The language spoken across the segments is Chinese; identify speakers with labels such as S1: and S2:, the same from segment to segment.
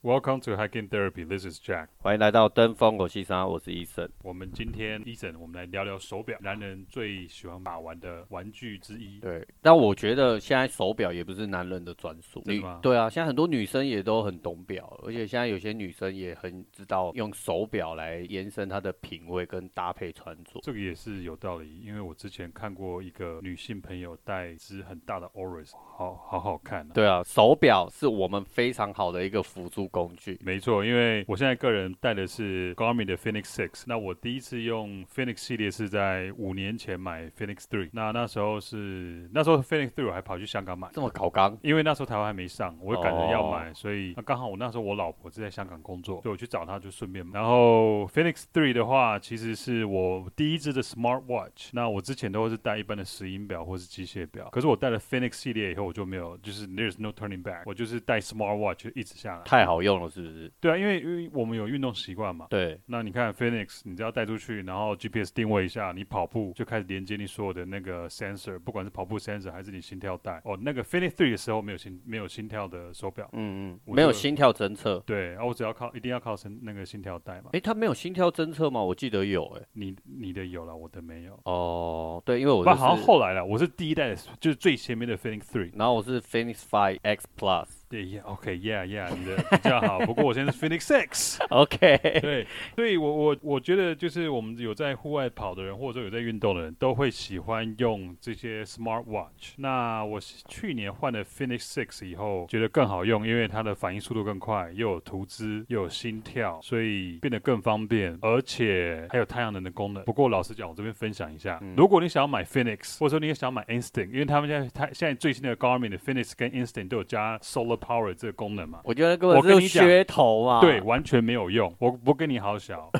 S1: Welcome to Hiking Therapy. This is Jack.
S2: 欢迎来到登峰狗西山，我是医生。
S1: 我们今天医生，我们来聊聊手表，男人最喜欢把玩的玩具之一。
S2: 对，但我觉得现在手表也不是男人的专属，
S1: 真的
S2: 女
S1: 吗
S2: 对啊，现在很多女生也都很懂表，而且现在有些女生也很知道用手表来延伸她的品味跟搭配穿着。
S1: 这个也是有道理，因为我之前看过一个女性朋友戴一只很大的 Oris，好好好看、啊。
S2: 对啊，手表是我们非常好的一个辅助工具。
S1: 没错，因为我现在个人戴的是 Garmin 的 Phoenix 6。那我第一次用 Phoenix 系列是在五年前买 Phoenix 3。那那时候是那时候 Phoenix 3我还跑去香港买，
S2: 这么搞刚，
S1: 因为那时候台湾还没上，我就赶着要买，
S2: 哦
S1: 所以那刚好我那时候我老婆是在香港工作，所以我去找她就顺便买。然后 Phoenix Three 的话，其实是我第一只的 Smart Watch。那我之前都是戴一般的石英表或是机械表，可是我戴了 Phoenix 系列以后，我就没有，就是 There's no turning back，我就是戴 Smart Watch 就一直下来。
S2: 太好用了，是不是？
S1: 对啊，因为因为我们有运动习惯嘛。
S2: 对，
S1: 那你看 Phoenix，你只要带出去，然后 GPS 定位一下，你跑步就开始连接你所有的那个 sensor，不管是跑步 sensor 还是你心跳带。哦，那个 Phoenix Three 的时候没有心没有心跳的手表，
S2: 嗯嗯，
S1: 我
S2: 没有
S1: 这个
S2: 心跳侦测。
S1: 对，啊，我只要靠一定要靠心那个心跳带嘛。
S2: 诶，它没有心跳侦测吗？我记得有、诶。
S1: 你你的有了，我的没有。
S2: 哦，对，因为我
S1: 不，
S2: 是
S1: 好像后来了，我是第一代的，就是最前面的 Phoenix Three。
S2: 然后我是 Phoenix Five X Plus。
S1: 对，Yeah，OK，Yeah，Yeah，你的比较好。不过我现在是 Phoenix Six。
S2: OK，
S1: 对，所以我我我觉得就是我们有在户外跑的人，或者说有在运动的人，都会喜欢用这些 smart watch。那我是去年换了 Phoenix Six 以后，觉得更好用，因为它的反应速度更快，又有图资，又有心跳，所以变得更方便，而且还有太阳能的功能。不过老实讲，我这边分享一下，
S2: 嗯
S1: 如果你想要买 Phoenix，或者说你也想要买 Instinct，因为他们现在它现在最新的 Garmin 的 Phoenix 跟 Instinct 都有加 Solar Power 这个功能嘛。
S2: 我觉得根
S1: 我
S2: 本
S1: 跟
S2: 就
S1: 你
S2: 是
S1: 讲
S2: 噱头嘛。
S1: 对，，完全没有用。我我跟你好小，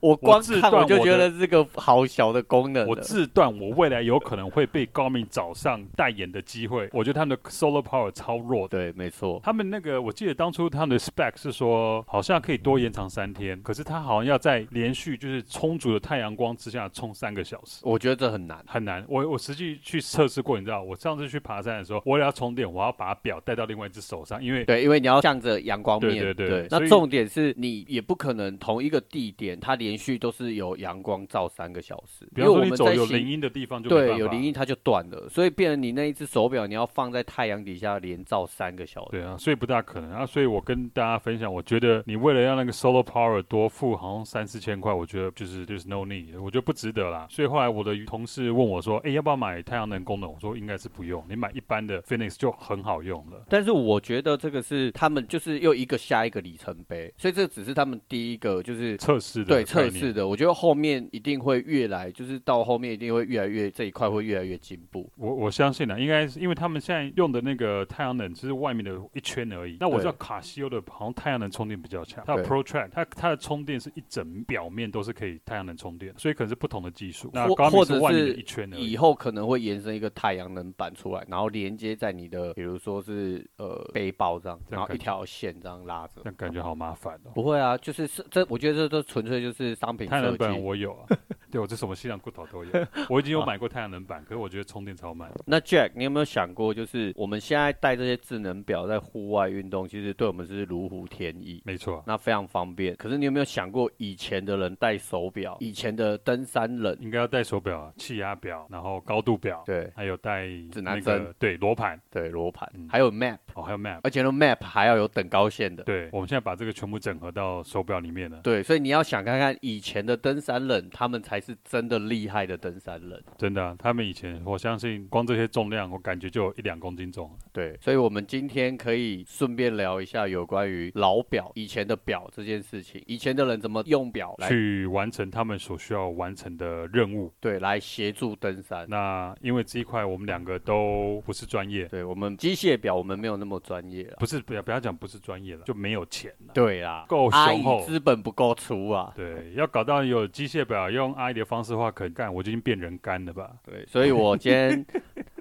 S2: 我光
S1: 自
S2: 看
S1: 断
S2: 我就
S1: 我
S2: 觉
S1: 的
S2: 得是个好小的功能
S1: 我
S2: 了
S1: 自断我未来有可能会被高明找上代言的机会。我觉得他们的 solar power 超弱的。
S2: 对，没错，
S1: 他们那个，我记得当初他们的 spec 是说，好像可以多延长三天，可是它好像要在连续就是充足的太阳光之下充三个小时，
S2: 我觉得这很难。
S1: 很难。我我实际去测试过，你知道，我上次去爬山的时候，我也要充电，我要把表带到另外一只手上，因为
S2: 对，因为你要向着阳光
S1: 对对
S2: 面。
S1: 对所
S2: 那
S1: 以
S2: 重点是你也不可能同一个地点，它连续都是有阳光照三个小时，
S1: 比
S2: 因
S1: 方
S2: 为我
S1: 说你
S2: 们
S1: 走
S2: 在
S1: 有
S2: 新
S1: 铃音的地方就没办
S2: 对，
S1: 法
S2: 有灵异它就断了，所以变成你那一只手表你要放在太阳底下连照三个小时。
S1: 对啊，所以不大可能啊。所以我跟大家分享，我觉得你为了要那个 solar power 多付好像三四千块，我觉得就是就是 no need，我觉得不值得啦。所以后来我的同事问我说：“哎，要不要买太阳能功能？”我说：“应该是不用，你买一般的 Phoenix 就很好用了。
S2: 但是我觉得这个是他们就是又一个下一个里程碑，所以这只是他们第一个就是”
S1: 测试的
S2: 对
S1: 概
S2: 测
S1: 念
S2: 试的，我觉得后面一定会越来，就是到后面一定会越来越这一块会越来越进步。
S1: 我我相信啦，应该是因为他们现在用的那个太阳能只是外面的一圈而已。那我知道卡西欧的好像太阳能充电比较强，它的
S2: 对
S1: Pro Track 它它的充电是一整表面都是可以太阳能充电的，所以可能是不同的技术。那
S2: 或
S1: Garmin
S2: 或
S1: 是
S2: 者
S1: 外面的
S2: 是
S1: 一圈而已
S2: 以。后可能会延伸一个太阳能板出来，然后连接在你的，比如说是呃背包这样，
S1: 这样
S2: 然后
S1: 感
S2: 一
S1: 觉
S2: 条线这样拉着。
S1: 但感觉好麻烦哦。
S2: 不会啊，就是是这，我觉得这都纯粹就是商品
S1: 太阳
S2: 设
S1: 能板
S2: 计。
S1: 我 有啊，对我这什么西洋骨头都有，我已经有买过太阳能板，可是我觉得充电超慢。
S2: 那 Jack，你有没有想过，就是我们现在戴这些智能表在户外运动，其实对我们是如虎添翼。
S1: 没错，啊
S2: 那非常方便，可是你有没有想过，以前的人戴手表，以前的登山人，
S1: 应该要戴手表、啊气压表，然后高度表，
S2: 对
S1: 还有带
S2: 指
S1: 那
S2: 南
S1: 个
S2: 针哎
S1: 对罗盘，
S2: 对罗盘
S1: 嗯，
S2: 还有 map，
S1: 哦，还有 map。
S2: 而且那 map 还要有等高线的。
S1: 对，我们现在把这个全部整合到手表里面了，
S2: 对，所以你要想看看以前的登山人，他们才是真的厉害的登山人。
S1: 真的啊、他们以前我相信光这些重量，我感觉就有一两公斤重了。
S2: 对，所以我们今天可以顺便聊一下有关于老表、以前的表这件事情，以前的人怎么用表来
S1: 去完成他们所需要完成的任务。
S2: 对来协助登山。
S1: 那因为这一块我们两个都不是专业，
S2: 对我们机械表，我们没有那么专业啦。
S1: 不是不要不要讲不是专业了，就没有钱了。
S2: 对啦，
S1: 够
S2: 阿
S1: 雄
S2: 姨
S1: 厚
S2: 资本不够粗啊。
S1: 对，要搞到有机械表用阿姨的方式的话，可能干我就已经变人干了吧？
S2: 对，所以我今天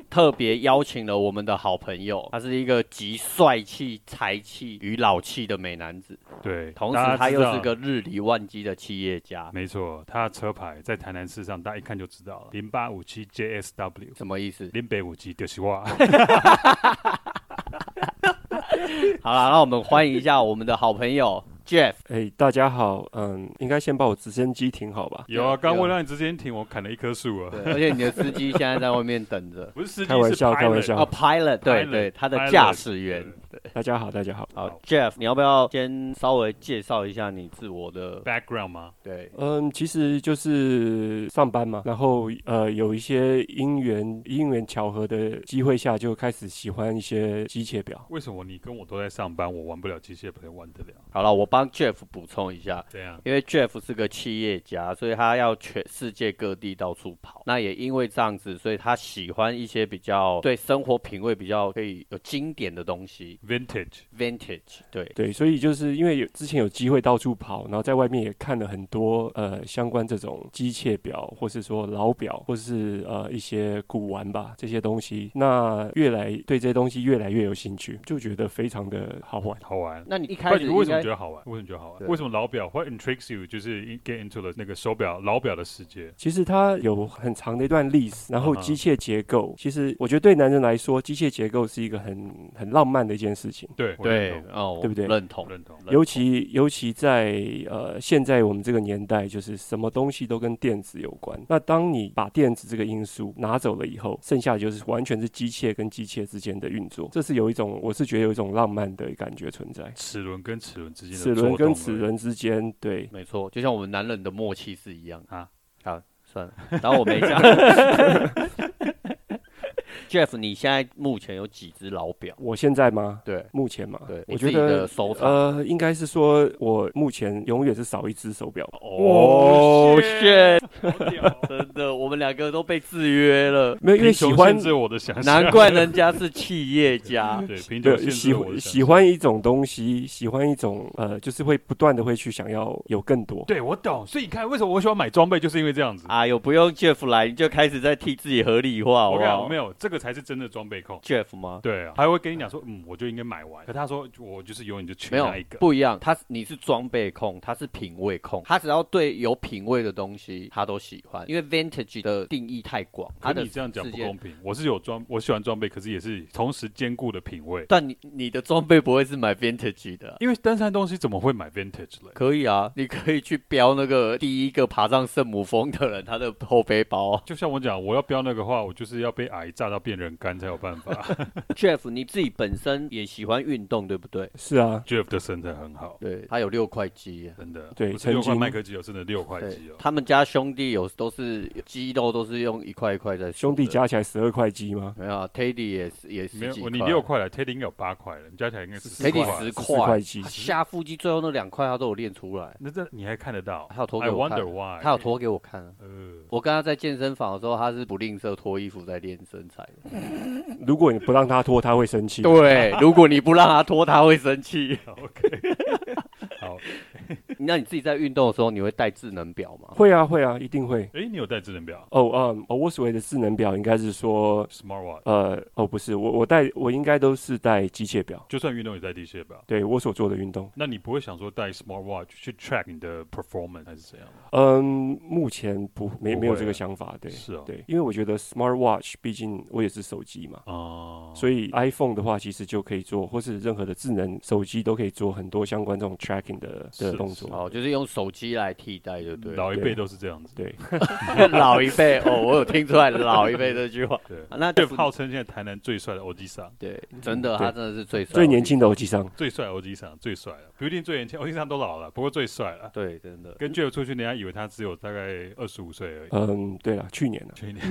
S2: 特别邀请了我们的好朋友， 他是一个集帅气、才气与老气的美男子，
S1: 对，
S2: 同
S1: 大
S2: 时
S1: 家
S2: 他
S1: 知
S2: 又
S1: 道
S2: 是个日理万机的企业家。
S1: 没错，他的车牌在台南市上，大家一看就知道了，零八五七 JSW， 啊
S2: 什么意思？
S1: 零北五七就是我。
S2: 好啦，让我们欢迎一下我们的好朋友 Jeff。
S3: 哎、大家好，嗯，应该先把我直升机停好吧？
S1: 有啊，
S2: 有
S1: 刚
S2: 有
S1: 为了让你直接停，我砍了一棵树啊。
S2: 对，而且你的司机现在在外面等 着。
S1: 不是司机，
S3: 开玩
S1: 是
S3: 笑开
S1: pilot
S3: 玩笑
S2: 哦，pilot，对
S1: Pilot，
S2: 对，他的
S1: pilot，
S2: 驾驶员。
S3: 大家好，大家好。
S2: 好
S1: 好
S2: ，Jeff，你要不要先稍微介绍一下你自我的？
S1: background 吗？
S2: 对，
S3: 嗯，其实就是上班嘛，然后呃，有一些因缘因缘巧合的机会下，就开始喜欢一些机械表。
S1: 为什么你跟我都在上班，我玩不了机械，不能玩得了？
S2: 好了，我帮 Jeff 补充一下。
S1: 这样，
S2: 因为 Jeff 是个企业家，所以他要全世界各地到处跑。那也因为这样子，所以他喜欢一些比较对生活品味比较可以有经典的东西
S1: Vintage，
S2: ，vintage。对，
S3: 对，所以就是因为有之前有机会到处跑，然后在外面也看了很多呃相关这种机械表，或是说老表，或是呃一些古玩吧这些东西，那越来对这些东西越来越有兴趣，就觉得非常的好玩。
S1: 好玩。
S2: 那你一开
S1: 那
S2: 始
S1: 你
S2: 应
S1: 为什么
S2: 该
S1: 觉得好玩？为什么觉得好玩？
S2: 对
S1: 为什么老表 What intrigues you 就是 in- get into 了那个手表老表的世界？
S3: 其实它有很长的一段历史，然后
S1: 嗯哼
S3: 机械结构，其实我觉得对男人来说，机械结构是一个很很浪漫的一件事情。
S1: 对我
S2: 对
S1: 认同
S2: 哦，
S3: 对不对
S2: 认
S1: 我
S2: 同，
S1: 认同。
S2: 认
S3: 尤
S2: 同
S3: 其尤其在呃现在我们这个年代，就是什么东西都跟电子有关。那当你把电子这个因素拿走了以后，剩下的就是完全是机械跟机械之间的运作，这是有一种我是觉得有一种浪漫的感觉存在。
S1: 齿轮跟齿轮之间的
S3: 齿轮
S1: 作动而
S3: 跟
S1: 已
S3: 齿轮之间，对，
S2: 没错，就像我们男人的默契是一样
S1: 啊。
S2: 好，算了，然后我没讲。Jeff，你现在目前有几只老表？
S3: 我现在吗？
S2: 对
S3: 目前嘛，
S2: 对，
S3: 我
S2: 你
S3: 觉
S2: 自己的
S3: 得
S2: 收藏。
S3: 呃，应该是说我目前永远是少一只手表吧。，
S1: 哦
S2: shit！
S1: 好屌哦
S2: 真的，我们两个都被制约了
S3: 没有， 因为
S1: 贫
S3: 喜
S1: 穷
S3: 欢
S1: 限制我的想象，
S2: 难怪人家是企业家。
S1: 对贫穷
S3: 对，
S1: 限
S3: 喜
S1: 制我
S3: 欢
S1: 的
S3: 喜
S1: 想
S3: 欢
S1: 象。
S3: 一种东西，喜欢一种呃，就是会不断的会去想要有更多。
S1: 对，我懂。所以你看，为什么我喜欢买装备，就是因为这样子。
S2: 哎呦，不用 Jeff 来，你就开始在替自己合理化，好
S1: 啊
S3: 啊
S1: 我
S2: 不
S1: 跟你讲，
S2: 好
S1: 没有，这个才是真的装备控。
S2: ？Jeff 吗？
S1: 对啊，还会跟你讲说，嗯，我就应该买完。可他说，我就是永远就缺
S2: 没有
S1: 那一个。
S2: 不一样，他是你是装备控，他是品味控，他只要对有品味的东西，他都喜欢。因为 vintage 的定义太广，他
S1: 可
S2: 的
S1: 你这样讲
S2: 世
S1: 不
S2: 界
S1: 公平。我是有装，我喜欢装备，可是也是同时兼顾的品味。
S2: 但你你的装备不会是买 vintage 的啊、
S1: 因为登山东西怎么会买 vintage 嘞？
S2: 可以啊，你可以去标那个第一个爬上圣母峰的人他的后背包 啊。
S1: 就像我讲，我要标那个话，我就是要被矮炸到变人干才有办法。
S2: Jeff，你自己本身也喜欢运动，对不对？
S3: 是啊，
S1: Jeff 的身材很好，
S2: 对，他有六块肌耶。
S1: 真的，
S3: 对
S1: 不是六
S3: 曾
S1: 块
S3: 经
S1: 麦克肌肉，真的六块
S2: 对
S1: 肌肉，。哦
S2: 他们家兄弟有都是肌肉都是用一块一块在
S3: 兄弟
S2: 数的
S3: 加起来十二块鸡吗？
S2: 没有啊 Teddy 也是也
S1: 没
S2: 十
S1: 有
S2: 几，
S1: 你六块了，Teddy 应该有八块了，你加起来应该是
S3: 十
S2: Teddy
S1: 块。
S2: 十
S3: 十块
S2: 块，
S3: 鸡
S2: 他，下腹肌最后那两块他都有练出来，
S1: 那这你还看得到？
S2: 他有脱
S1: I
S2: 给我
S1: wonder
S2: 看，
S1: why。
S2: 他有脱给我看啊。
S1: 呃，
S2: 我跟他在健身房的时候，他是不吝啬脱衣服在练身材的。
S3: 如果你不让他脱，他会 生
S1: 啊
S3: 气。
S2: 对，如果你不让他脱，他会生气。
S1: 好，
S2: 那你自己在运动的时候，你会戴智能表吗？
S3: 会啊，会啊，一定会。
S1: 诶，你有戴智能表
S3: 哦，嗯，哦，我所谓的智能表应该是说，
S1: ，smartwatch，
S3: 呃，哦，不是，我我戴我应该都是戴机械表，
S1: 就算运动也戴机械表。
S3: 对我所做的运动。
S1: 那你不会想说戴 smartwatch 去 track 你的 performance 还是怎样吗？
S3: 嗯，目前不没
S1: 不
S3: 没有
S1: 会啊
S3: 这个想法，对
S1: 是哦，
S3: 对，因为我觉得 smart watch 毕竟我也是手机嘛，
S1: 哦，
S3: 所以 iPhone 的话，其实就可以做，或是任何的智能手机都可以做很多相关这种 tracking 的
S1: 是
S3: 的动作。
S2: 哦，就是用手机来替代，对不对？
S1: 老一
S3: 对
S1: 辈都是这哦样子。
S3: 对，
S2: 老一辈哦，我有听出来老一辈这句话。
S1: 对，
S2: 啊那
S1: Jeff 号称现在台南最帅的 OG 上，
S2: 对，真的，
S3: 嗯对
S2: 他真的是最帅
S3: 最年轻的耳机上，
S1: 最帅 OG 上最帅了，不一定最年轻，OG 上都老了，不过最帅了。
S2: 对，真的。
S1: 跟 Jeff 出去，人家以为他只有大概二十五岁而已。
S3: 嗯，对了，去年了，
S1: 去年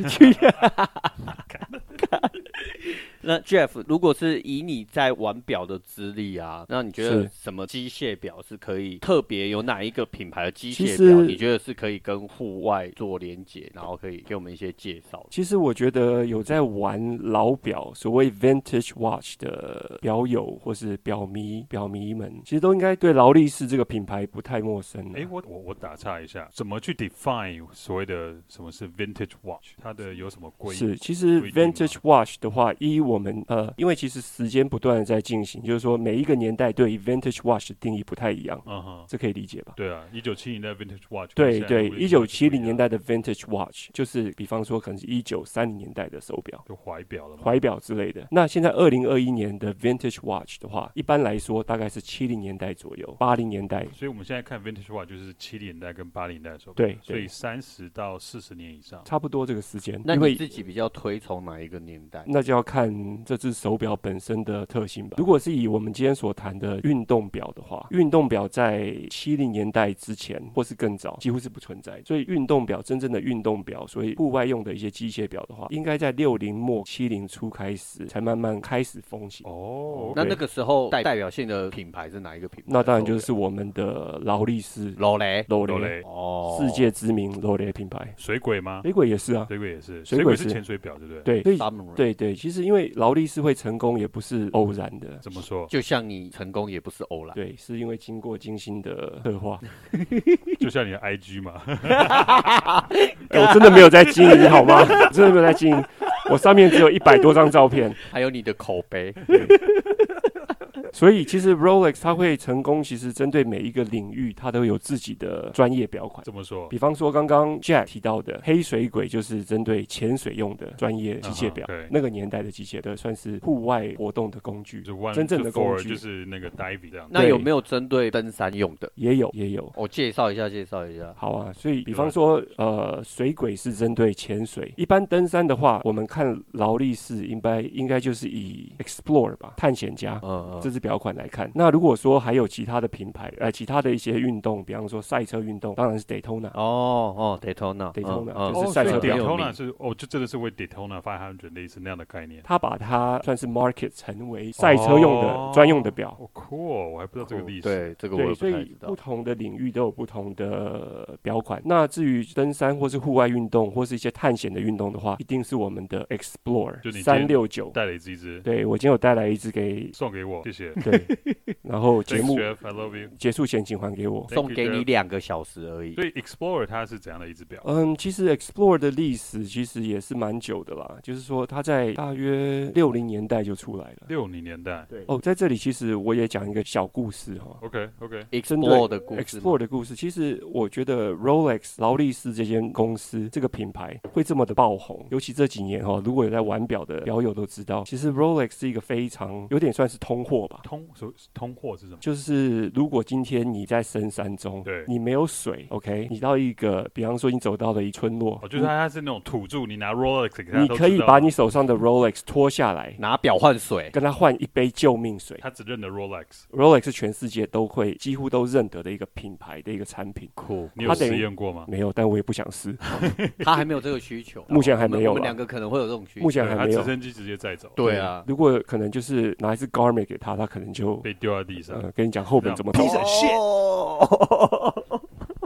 S2: 那 Jeff，如果是以你在玩表的资历啊，那你觉得
S3: 是
S2: 什么机械表是可以特别有哪一个品牌的机
S3: 其
S2: 械
S3: 实
S2: 表？你觉得是可以跟户外做连接，然后可以给我们一些介绍？
S3: 其实我觉得有在玩老表，所谓 vintage watch 的表友或是表迷、表迷们，其实都应该对劳力士这个品牌不太陌 生啊了。
S1: 哎，我我我打岔一下，怎么去 define 所谓的什么是 vintage watch？它的有什么规？
S3: 是，其实
S1: 规定吗
S3: vintage watch 的话，依我我们呃，因为其实时间不断的在进行，就是说每一个年代对于 Vintage Watch 的定义不太一样，
S1: 嗯哼，
S3: 这可以理解吧？
S1: 对啊，一九七零代 vintage watch，跟
S3: 对
S1: 现在
S3: 对，
S1: 的
S3: 一
S1: vintage
S3: 九
S1: watch
S3: 七
S1: 不一
S3: 零
S1: 样
S3: 年代的 Vintage Watch 就是比方说可能是一九三零年代的手表。
S1: 就怀表了嘛，
S3: 怀表之类的。那现在二零二一年的 Vintage Watch 的话，一般来说大概是七零年代左右，八零年代
S1: 所以我们现在看 vintage watch 就是七零年代跟八零年代的手表，
S3: 对对
S1: 所以三十到四十年以上，
S3: 差不多这个时间。
S2: 那
S3: 因
S2: 你
S3: 为
S2: 自己比较推崇哪一个年代？
S3: 那就要看这只手表本身的特性吧。如果是以我们今天所谈的运动表的话，运动表在七零年代之前或是更早几乎是不存在，所以运动表真正的运动表，所以户外用的一些机械表的话，应该在六零末七零初开始才慢慢开始风行。
S1: 哦
S2: 那那个时候代代表性的品牌是哪一个品牌？
S3: 那当然就是我们的劳力士、
S2: 劳雷
S3: 劳
S1: 罗
S3: 雷
S1: 雷
S2: 哦，
S3: 世界知名罗雷品牌，
S1: 水鬼吗？
S3: 水鬼也是啊，
S1: 水鬼也是，
S3: 水
S1: 水
S3: 鬼
S1: 鬼是
S3: 是
S1: 潜水表，对不对？，
S3: 对，所以
S2: Summer
S3: 对对，其实因为劳力士会成功也不是偶然的，
S1: 怎么 说？
S2: 就像你成功也不是偶然，
S3: 对，是因为经过精心的策划。
S1: 就像你的 IG 嘛，
S3: 哎我真的没有在经营，好吗？我真的没有在经营，我上面只有一百多张照片，
S2: 还有你的口碑，
S3: 所以其实 Rolex 它会成功，其实针对每一个领域，它都有自己的专业表款。
S1: 怎么说？
S3: 比方说，刚刚 Jack 提到的黑水鬼，就是针对潜水用的专业机械表
S1: 嗯哼对
S3: 那个年代的机械的算是户外活动的工具
S1: 就是 one
S3: 真正的
S1: to four
S3: 工具
S1: 就是那个 diving 这样。
S2: 那有没有针对登山用的？
S3: 也有，也有。
S2: 我介绍一下，介绍一下。
S3: 好啊，所以比方说，呃，水鬼是针对潜水，一般登山的话，我们看劳力士应该应该就是以 explore 吧，探险家。
S2: 嗯嗯，
S3: 这支表款来看，那如果说还有其他的品牌，呃，其他的一些运动，比方说赛车运动，当然是 Daytona，
S2: 哦哦，Daytona，
S3: Daytona，
S2: 嗯
S3: 就
S1: 哦，
S3: 是
S1: 所
S3: 赛
S1: 以
S3: 车
S2: 很
S3: 表
S2: 有
S1: Daytona
S2: 名
S1: 是哦，就真的是为 Daytona 500类似那样的概念。
S3: 它把它算是 market 成为赛车用的
S1: 哦
S3: 专用的表。
S1: 哦，酷哦，我还不知道这个历史。，
S2: 对这个我也
S3: 对，
S2: 不
S3: 所
S2: 太
S3: 以
S2: 知道
S3: 不。同的领域都有不同的表款。那至于登山或是户外运动或是一些探险的运动的话，一定是我们的
S1: 就
S3: Explore
S1: 你今
S3: 三
S1: 天
S3: 六九。
S1: 带了一只一只，
S3: 对我今天有带来一支 给
S1: 送给我，谢谢。
S3: 对，然后节
S1: Thanks,
S3: 目
S1: Jeff, I love you。
S3: 结束前请还给我。
S2: 送给你两个小时而已
S1: 所。以 Explorer 它是怎样的一只表？
S3: 嗯，其实 Explore 的历史其实也是蛮久的啦，就是说它在大约六零年代就出来了。
S1: 六零年代。
S3: 对哦，在这里其实我也讲一个小故事哈、
S1: OK OK，
S3: 针
S2: Explore
S3: 对
S2: 的故事吗
S3: Explore 的故事，其实我觉得 Rolex 劳力士这间公司这个品牌会这么的爆红，尤其这几年哈、哦，如果有在玩表的表友都知道，其实 Rolex 是一个非常有点算是通货吧。
S1: 通所通货是什么？
S3: 就是如果今天你在深山中，
S1: 对
S3: 你没有水，OK，你到一个，比方说你走到了一村落，
S1: 哦，就是它它是那种土著，你拿 Rolex 给它
S3: 你
S1: 都
S3: 你可以
S1: 知道
S3: 把你手上的 Rolex 脱下来，
S2: 拿表换水，
S3: 跟他换一杯救命水。
S1: 它只认得 Rolex。
S3: Rolex 是全世界都会几乎都认得的一个品牌的一个产品，
S2: 酷，
S1: 你有
S3: 它等于
S1: 实验过吗？
S3: 没有，但我也不想试，
S2: 他还没有这个需求，
S3: 目前还
S2: 我们
S3: 没有
S2: 我们
S3: 啦
S2: 两个可能会有这种需求
S3: 目。前
S1: 对
S3: 还
S1: 它
S3: 没有
S1: 直。升机直接载走，
S2: 对啊，
S3: 如果可能就是拿一支 Garmin 给他，他可能就
S1: 被丢在地上。
S3: 呃跟你讲后本怎么走。
S1: Piece of shit
S2: 哦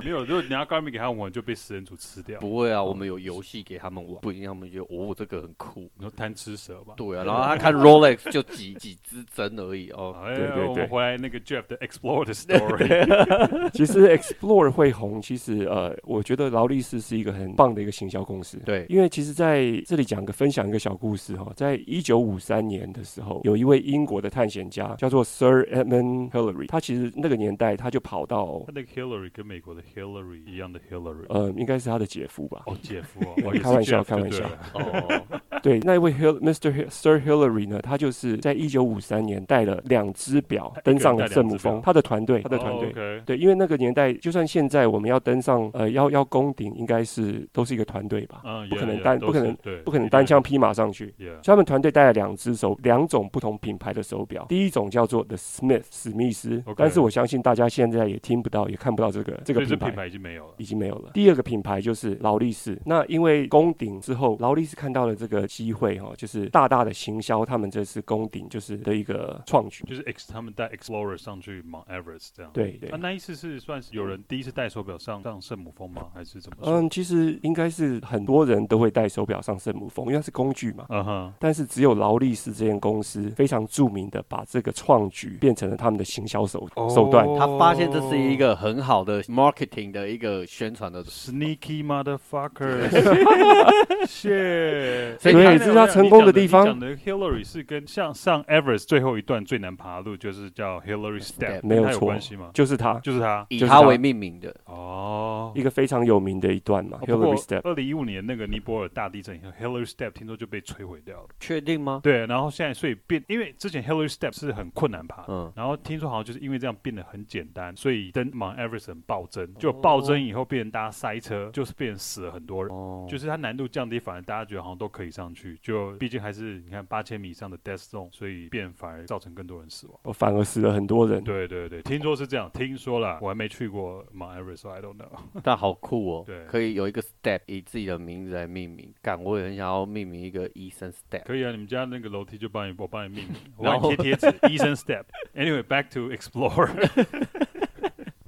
S1: 没有，如果你拿 Garmin 给他玩，就被食人族吃掉。
S2: 不会
S3: 嗯
S2: 啊，我们有游戏给他们玩，不一定他们觉得哦这个很酷。
S1: 你说贪吃蛇吧？
S3: 嗯
S2: 对啊，然后他看 Rolex 就几几支针而已哦。
S1: 好，哎
S3: 对对对
S1: 我们回来那个 Jeff 的 Explore 的 story，
S3: 其实 Explore 会红，其实呃，我觉得劳力士是一个很棒的一个行销公司。
S2: 对，
S3: 因为其实在这里讲个分享一个小故事哈、哦，在一九五三年的时候，有一位英国的探险家叫做 Sir Edmund Hillary，他其实那个年代他就跑到
S1: 他那个 Hillary 跟美国的 Hillary 一样的 Hillary，
S3: 呃，应该是他的姐夫吧？
S1: 哦，姐夫哦，哦也是
S3: 开玩笑
S1: Jeff 就
S3: 开玩
S1: 对
S3: 笑
S1: 了
S2: 哦，
S3: 对，那一位 Hill Mr. Hill- Sir Hillary 呢，他就是在一九五三年带了两只表登上了圣母峰，他的团队，他的团
S1: 哦
S3: 队。
S1: ，OK，
S3: 对，因为那个年代，就算现在我们要登上，呃，要要攻顶，应该是都是一个团队吧，
S1: 嗯，
S3: 不可
S1: yeah，
S3: 能
S1: yeah，
S3: 单
S1: 都
S3: 不可
S1: 是
S3: 能
S1: 对，
S3: 不可能单枪匹马上去。
S1: ，Yeah，
S3: 所以他们团队带了两只手，两种不同品牌的手表。第一种叫做 The Smith 史密斯
S1: OK
S3: 但是我相信大家现在也听不到，也看不到这个这个
S1: 所以这
S3: 品牌。
S1: 品牌已经没有了
S3: 已经没有了。第二个品牌就是劳力士。那因为攻顶之后，劳力士看到了这个机会哈、哦，就是大大的行销他们这次攻顶就是的一个创举。
S1: 就是 X 他们带 Explorer 上去 Mount Everest 这样。
S3: 对对
S1: 啊那、，那一次是算是有人第一次戴手表上上圣母峰吗？还是怎么说？
S3: 嗯，其实应该是很多人都会戴手表上圣母峰，因为它是工具嘛。
S1: 嗯哼，
S3: 但是只有劳力士这间公司非常著名的把这
S1: 哦
S3: 个创举变成了他们的行销手手段。
S2: 他发现这是一个很好的 marketing 品的一个宣传的，
S1: Sneaky motherfuckers，谢。
S2: 所以他
S3: 对这是他成功的地方
S1: 你讲的 Hillary 是跟像上 Everest 最后一段最难爬的路，就是叫 Hillary Step，
S2: Step
S1: 跟
S3: 没有
S1: 它有
S3: 错
S1: 关系吗？
S3: 就是他
S1: 啊就是它
S2: 以
S3: 就是
S2: 他
S3: 他
S2: 为命名的。
S1: 哦
S3: 一。个非常有名的一段嘛
S1: 哦不过
S3: ，Hillary Step。
S1: 二零一五年那个尼泊尔大地震以后，Hillary Step 听说就被摧毁掉了。
S2: 确定吗？
S1: 对，然后现在所以变，因为之前 Hillary Step 是很困难爬的，
S2: 嗯，
S1: 然后听说好像就是因为这样变得很简单，所以登 Mount Everest 很暴
S2: 哦
S1: 增，就暴增以后变成大家塞车，就是变成死了很多人。
S2: 哦，
S1: 就是它难度降低，反而大家觉得好像都可以上去，就毕竟还是你看八千米以上的 death zone，所以变反而造成更多人死亡。
S3: 我哦反而死了很多人，
S1: 对对对，听说是这样，听说啦，我还没去过 Mount Everest，I don't know。
S2: 但好酷哦，
S1: 对
S2: 可以有一个 step 以自己的名字来命名。干，我也很想要命名一个医生 step。
S1: 可以啊，你们家那个楼梯就帮你，我帮你命名，我
S2: 然
S1: 帮
S2: 后
S1: 你贴贴纸， 医生 step。Anyway，back to explore。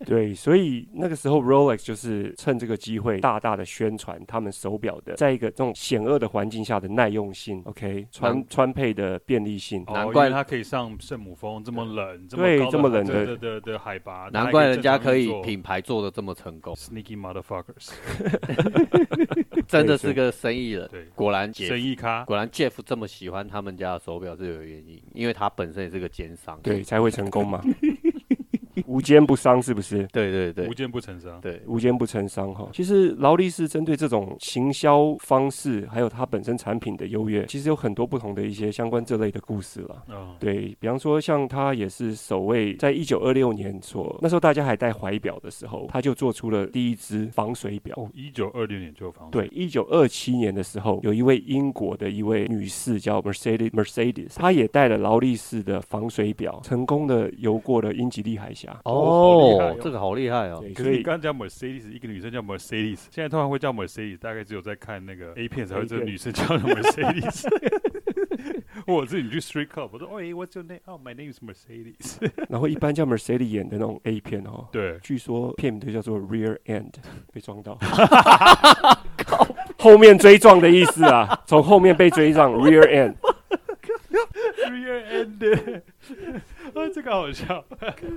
S3: 对，所以那个时候 Rolex 就是趁这个机会大大的宣传他们手表的，在一个这种险恶的环境下的耐用性，OK，穿
S2: 嗯
S3: 穿配的便利性，
S1: 哦
S2: 难
S1: 因
S2: 怪
S1: 为它可以上圣母峰，这么冷，这么
S3: 对
S1: 高的
S3: 这么冷
S1: 的
S3: 的
S1: 的的的海拔，它还
S2: 难怪
S1: 可
S2: 人家
S1: 正常
S2: 可以
S1: 运作
S2: 品牌做的这么成功，
S1: sneaky motherfuckers，
S2: 真的是个生意人。
S1: 对，
S2: 果然
S1: 生
S2: Jeff，
S1: 意咖。
S2: 果然 Jeff 这么喜欢他们家的手表是有原因，因为他本身也是个奸商。
S3: 对，才会成功嘛， 无奸不商是不是？
S2: 对对
S1: 无
S2: 对
S1: 奸不成商，
S2: 对，
S3: 无奸不成商哈。其实劳力士针对这种行销方式，还有它本身产品的优越，其实有很多不同的一些相关这类的故事啦。
S1: 嗯，
S3: 对比方说，像他也是首位在一九二六年所那时候大家还戴怀表的时候，他就做出了第一只防水表。
S1: 一九二六年就有房子，
S3: 对，一九二七年的时候，有一位英国的一位女士叫 Mercedes Mercedes，她也戴了劳力士的防水表，成功的游过了英吉利海峡。
S1: 哦好厉害哦
S2: 这个好厉害哦。
S3: 对，
S1: 可
S3: 所
S1: 是你
S3: 以
S1: 刚刚讲 Mercedes，一个女生叫 Mercedes，现在通常会叫 Mercedes，大概只有在看那个 A 片才会这个
S3: A 片
S1: 女生叫 Mercedes。我自己去 street club，我说，哦、w h a t s your name？哦、m y name is Mercedes。
S3: 然后一般叫 Mercedes 演的那种 A 片哦。
S1: 对，
S3: 据说片名都叫做 Rear End，被 撞到，后面追撞的意思啊，从后面被追撞 Rear End。
S1: rear ended，啊，这个好笑。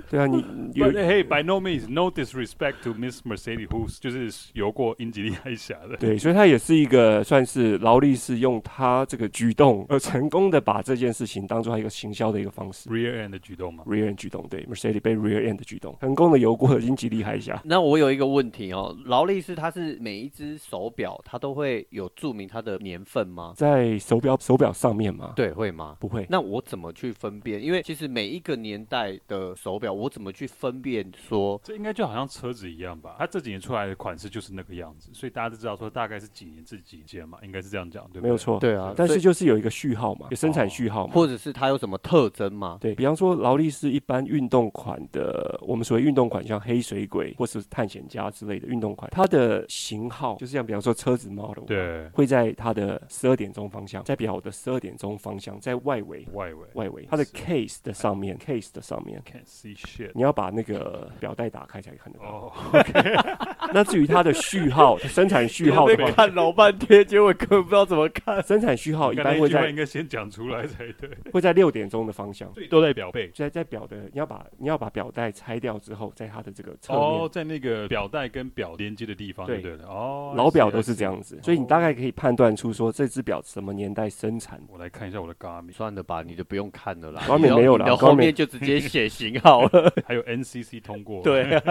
S3: 对 啊，你你有
S1: But hey, by no means, no disrespect to Miss Mercedes, who's 就是游过英吉利海峡的。
S3: 对，所以他也是一个算是劳力士用他这个举动而 成功的把这件事情当做他一个行销的一个方式。
S1: rear end 的举动嘛。
S3: Rear end 举动，对，Mercedes 被 Rear end 的举动，成功的游过了英吉利海峡。
S2: 那我有一个问题哦，劳力士它是每一只手表它都会有注明它的年份吗？
S3: 在手表手表上面
S1: 啊
S3: 嘛，
S2: 对，会吗？
S3: 不会，
S2: 那我怎么去分辨？因为其实每一个年代的手表，我怎么去分辨说
S1: 这应该就好像车子一样吧，它这几年出来的款式就是那个样子，所以大家都知道说大概是几年至几间嘛，应该是这样讲，对不对？
S3: 没有，错。
S2: 对啊
S3: 但
S2: 所
S3: 是
S2: 以哦
S3: 就是有一个序号嘛，有生产序号嘛。
S2: 或者是它有什么特征吗？
S3: 对比方说，劳力士一般运动款的，我们所谓运动款，像黑水鬼或是探险家之类的运动款，它的型号就是像比方说车子 model，，
S1: 对，
S3: 会在它的十二点钟方向，在表的十二点钟方向，在外围
S1: 外围
S3: 外围它的
S1: 是哎
S3: case 的上面，case 的上面，
S1: can't see shit。
S3: 你要把那个表带打开才看得到。
S1: 哦，
S3: 那至于它的序号、 生产序号的话，
S2: 看老半天，结果根本不知道怎么看。
S3: 生产序号一
S1: 刚
S3: 般
S1: 才那
S3: 会
S1: 句话
S3: 在
S1: 应该先讲出来才对，
S3: 会在六点钟的方向。
S1: 所以都在表背。
S3: 所以在表的，你要把你要把表带拆掉之后，在它的这个侧面
S1: 哦，在那个表带跟表连接的地方，对
S3: 对
S1: 对了。哦，
S3: 老表
S1: I see，
S3: 都是
S1: I see
S3: 这。样子，所以你大概可以判断出说这只表什么年代生产。
S1: 我来看一下我的 Garmin，
S2: 算了吧，你就不用看了啦。
S3: 光美没有啦
S2: 然后
S3: 光
S2: 后
S3: 美
S2: 面就直接写型号 了。
S1: 还有 NCC 通过。，
S2: 对、啊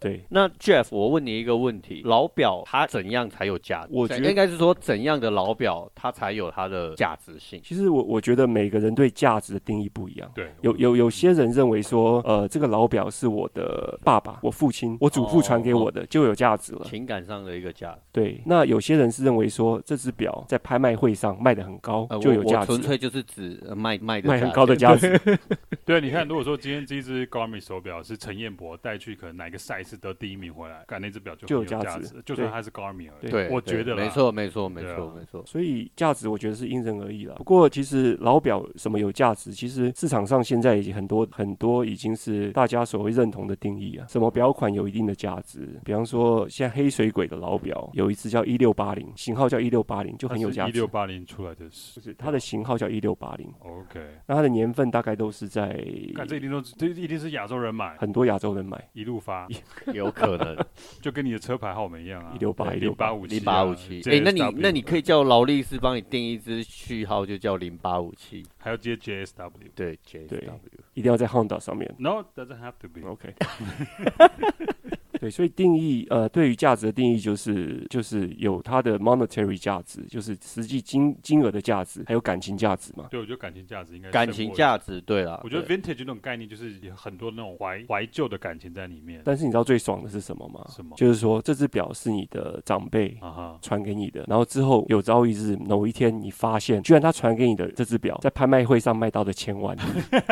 S3: 对，
S2: 那 Jeff，我问你一个问题：老表它怎样才有价值？
S3: 我觉得
S2: 应该是说怎样的老表它才有它的价值性？
S3: 其实我我觉得每个人对价值的定义不一样。
S1: 对，
S3: 有有有些人认为说，呃，这个老表是我的爸爸、我父亲、我祖父传给
S2: 哦
S3: 我的，就有价值了。
S2: 情感上的一个价值，
S3: 对，那有些人是认为说，这只表在拍卖会上卖的很高
S2: 呃，
S3: 就
S2: 我
S3: 有价
S2: 我纯
S3: 值，
S2: 粹就是指呃卖卖的
S3: 卖
S2: 价
S3: 很高的
S2: 值
S3: 价值。
S1: 对，你看，如果说今天这一只 Garmin 手表是陈彦博带去，可能哪个赛事得第一名回来，干那只表就
S3: 就有
S1: 很有
S3: 价
S1: 价
S3: 值
S1: 值，就算
S3: 对
S1: 它是 Garmin 而已。
S3: 对
S2: 对，
S1: 我
S2: 对
S1: 觉得啦
S2: 没错，没错，没
S1: 对啊
S2: 错，没错。
S3: 所以价值我觉得是因人而异了。不过其实老表什么有价值，其实市场上现在已经很多很多已经是大家所谓认同的定义啊。什么表款有一定的价值，比方说现在黑水鬼的老表有一只叫一六八零，型号叫一六八零，就很有价
S2: 啊
S1: 一
S3: 值
S1: 六。八零出来的
S3: 不
S1: 是
S3: 是它的型号叫一六八零，
S1: OK，
S3: 那它的年份大概都是在
S1: 看这一定都是这一定是亚洲人买，
S3: 很多亚洲人买。
S1: 一路发。
S2: 有可能
S1: 就跟你的车牌号码一样啊，
S3: 168
S1: 零八五
S2: 零八五七。哎、
S1: 哎，
S2: 那你那你可以叫劳力士帮你定一支序号，就叫零八五七。
S1: 还要接 JSW，
S2: 对，JSW。
S3: 一定要在 Honda 上面。
S1: No, doesn't have to be.
S3: OK 。 对，所以定义呃，对于价值的定义就是就是有它的 monetary 价值，就是实际金金额的价值，还有感情价值嘛。
S1: 对，我觉得感情价值应该
S2: 感
S1: 胜
S2: 情
S1: 过
S2: 价值，对啦，
S1: 我觉得
S2: 对
S1: vintage 那种概念就是有很多那种怀怀旧的感情在里面。
S3: 但是你知道最爽的是什么吗？
S1: 什么
S3: 就是说这只表是你的长辈
S1: 啊哈，
S3: 传给你的，然后之后有朝一日某一天你发现，居然他传给你的这只表在拍卖会上卖到了千万，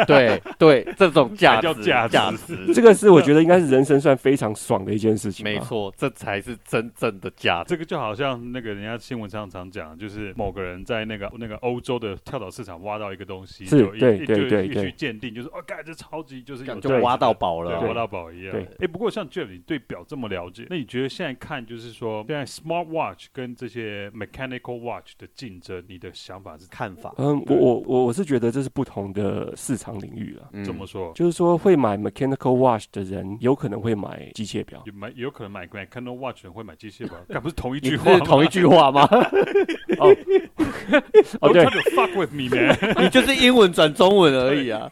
S2: 对对，这种价
S1: 才叫
S2: 值
S1: 价
S2: 价
S1: 值
S2: 值，
S3: 这个是我觉得应该是人生算非常爽的一件事情吧。
S2: 没错，这才是真正的价值。
S1: 这个就好像那个人家新闻上常讲，就是某个人在那个那个欧洲的跳蚤市场挖到一个东西，
S3: 是
S1: 就一
S3: 对
S1: 一
S3: 对
S1: 就
S3: 对
S1: 一
S3: 对
S1: 去鉴定，就是哦，干这超级就是有
S2: 就
S1: 价值
S2: 挖到
S1: 的
S2: 宝了啊
S1: 对，
S3: 对
S1: 挖到宝一样。
S3: 对
S1: 哎，不过像 Jeff，你对表这么了解，那你觉得现在看就是说，现在 smart watch 跟这些 mechanical watch 的竞争，你的想法是
S2: 看法。
S3: 嗯，我我我我是觉得这是不同的市场领域了。
S2: 嗯
S1: 怎么说？
S3: 就是说，会买 mechanical watch 的人，有可能会买机械表。
S1: 有买有可能买 mechanical watch 的人会买机 械表，干不是同一
S2: 你
S1: 句
S2: 是
S1: 话吗？
S2: 同一句话吗？
S3: 哦，
S1: Don't
S3: 对
S1: try，to fuck with me, man！
S2: 你就是英文转中文而已啊。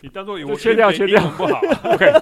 S1: 你当做
S3: 这
S1: 我
S3: 切掉
S1: 英文
S3: 切掉
S1: 英文不好。OK，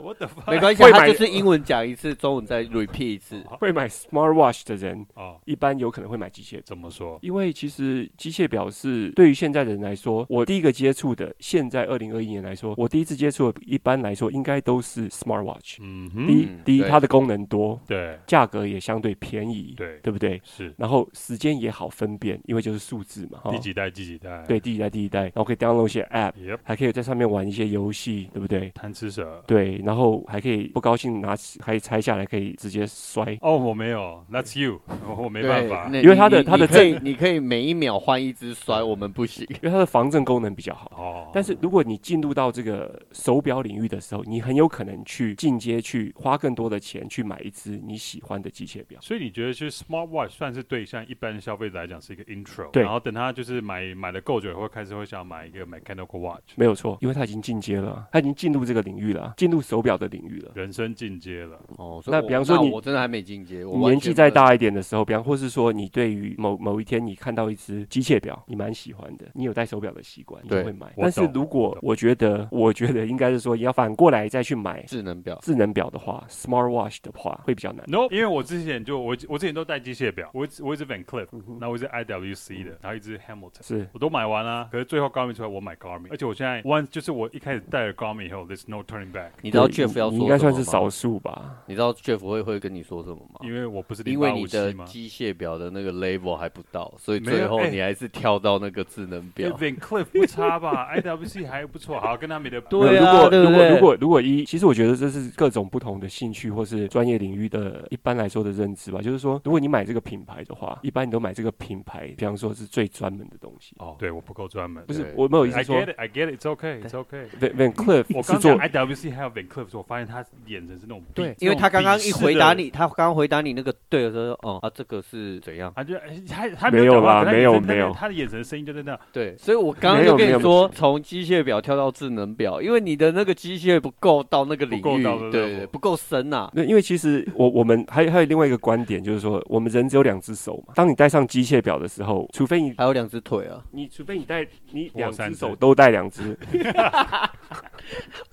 S1: 我的 fuck
S2: 没关系，啊
S3: 会
S2: 他
S3: 买
S2: 就是英文讲一次，中文再 repeat 一次。
S3: 会买 smart watch 的人，
S1: 哦，
S3: 一般有可能会买机械表。
S1: 怎么说？
S3: 因为其实机械表是对于现在的人来说，我第一个接触的，现在二零二一年来说，我第一次接触的，一般来说应该都是 smart watch。
S1: 嗯
S3: 第
S1: 哼，
S3: 一，第一，
S2: 对
S3: 它的功能多，
S1: 对
S3: 价格也相对便宜，
S1: 对
S3: 对不对？
S1: 是
S3: 然后时间也好分辨，因为就是数字嘛，哈
S1: 第几代？第几代？
S3: 哦对，第一代，第一代，然后可以 download 一些 app，
S1: ，Yep，
S3: 还可以在上面玩一些游戏，对不对？
S1: 贪吃蛇。
S3: 对，然后还可以不高兴拿起，还拆下来，可以直接摔。
S1: 哦，我没有，That's you，我 没办法。
S2: 对
S3: 因为他的
S2: 你
S3: 他的
S2: 你可以你可以每一秒换一只摔，我们不行。
S3: 因为它的防震功能比较好，
S1: 哦，
S3: 但是如果你进入到这个手表领域的时候，你很有可能去进阶去花更多的钱去买一只你喜欢的机械表。
S1: 所以你觉得，其实 smart watch 算是对像一般消费者来讲是一个 intro，
S3: 对
S1: 然后等他就是买买的够久以后，开始会想买一个 mechanical watch，
S3: 没有错，因为它已经进阶了啊，它已经进入这个领域了啊，进入手表的领域了。啊
S1: 人生进阶了。
S2: 哦，
S3: 那
S2: 我
S3: 比方说
S2: 那
S3: 你
S2: 我真的还没进阶，我
S3: 你
S2: 完
S3: 年纪
S2: 全
S3: 再
S2: 不能，
S3: 大一点的时候，比方或是说你对于某某一天你看到一只机械表，你蛮喜欢的，你有戴手表的习惯，你就
S2: 对
S3: 会买。
S1: 我
S3: 但是
S1: 懂
S3: 如
S1: 我
S3: 果
S1: 懂
S3: 我觉得，我觉得应该是说，你要反过来再去买
S2: 智能表
S3: 智能表的话，smart watch 的话会比较难。
S1: No，因为我之前就我我之前都戴机械表，我一直我一只 Van Cleef，然
S2: 嗯
S1: 后我一只 IWC 的，然后一只 Hamilton。
S3: 是
S1: 我都买完了、可是最后 Garmin 出来，我买 Garmin，而且我现在 one 就是我一开始戴了 Garmin 以后，there's no turning back，
S2: 你知道
S3: 对
S2: Jeff 要
S3: 你
S2: 说
S3: 应该
S2: 什么
S3: 算是
S2: 吗
S3: 少数吧？
S2: 你知道 Jeff 会会跟你说什么吗？
S1: 因为我不是零
S2: 哦因
S1: 八
S2: 为你
S1: 五
S2: 的
S1: 七吗？
S2: 机械表的那个 level 还不到，所以
S1: 没有
S2: 最后
S1: 哎
S2: 你还是跳到那个智能
S1: 因为
S2: 表。
S1: Van Cleef 不差吧 ，IWC 还不错，好跟他们的
S2: 对
S3: 没有
S2: 啊
S3: 如果
S2: 对不
S3: 如果
S2: 对
S3: 如果如果一，其实我觉得这是各种不同的兴趣或是专业领域的一般来说的认知吧。就是说，如果你买这个品牌的话，一般你都买这个品牌，比方说是最专门的东西。
S1: 哦，对，我不够专门
S3: 不。是
S2: 对，
S3: 我没有意思
S1: I
S3: 说
S1: get it，I get it，it's okay，it's okay。
S3: Van Van Cleef
S1: 我
S3: 是
S1: 刚
S3: 做
S1: 讲 IWC 还有 Van Cleef 的时候，我发现他眼神是那种鄙
S2: 因为他刚刚一回答，
S1: 那种鄙视的
S2: 你，他刚刚回答你那个对的时候，哦、啊，这个是怎样？
S1: 他就哎他他
S3: 没有
S1: 讲话
S3: 啦
S1: 可是他
S3: 没有
S1: 眼神
S3: 没有
S1: 他的眼神声音就在那，
S2: 对，所以我刚刚
S3: 没
S2: 就
S3: 有
S2: 跟
S3: 没有
S2: 你说，从机械表跳到智能表，因为你的那个机械不够到那个领域，
S1: 不够到的
S2: 对对
S1: level
S2: 对，不够深啊呐、
S3: 那因为其实我我们还有还有另外一个观点，就是说我们人只有两只手嘛。当你戴上机械表的时候，除非你
S2: 还有两只腿啊，
S3: 你除非你戴你
S1: 我有
S3: 两
S1: 三
S3: 只
S1: 只
S3: 手都戴两只，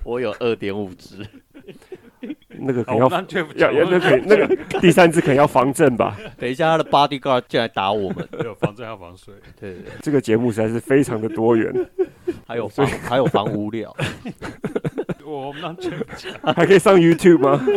S2: 我有二点五只，
S3: 那个可
S1: 好
S3: 能
S1: 哦我
S3: 要
S1: 让 Jeff
S3: 要
S1: 讲
S3: 要那个那个第三只可能要防震吧。
S2: 等一下他的 bodyguard 进来打我们，
S1: 没有防震还有防 水。
S2: 对对对，
S3: 这个节目实在是非常的多元，
S2: 还有防还有防无 聊，
S1: 我们让 Jeff 讲
S3: 还可以上 YouTube 吗？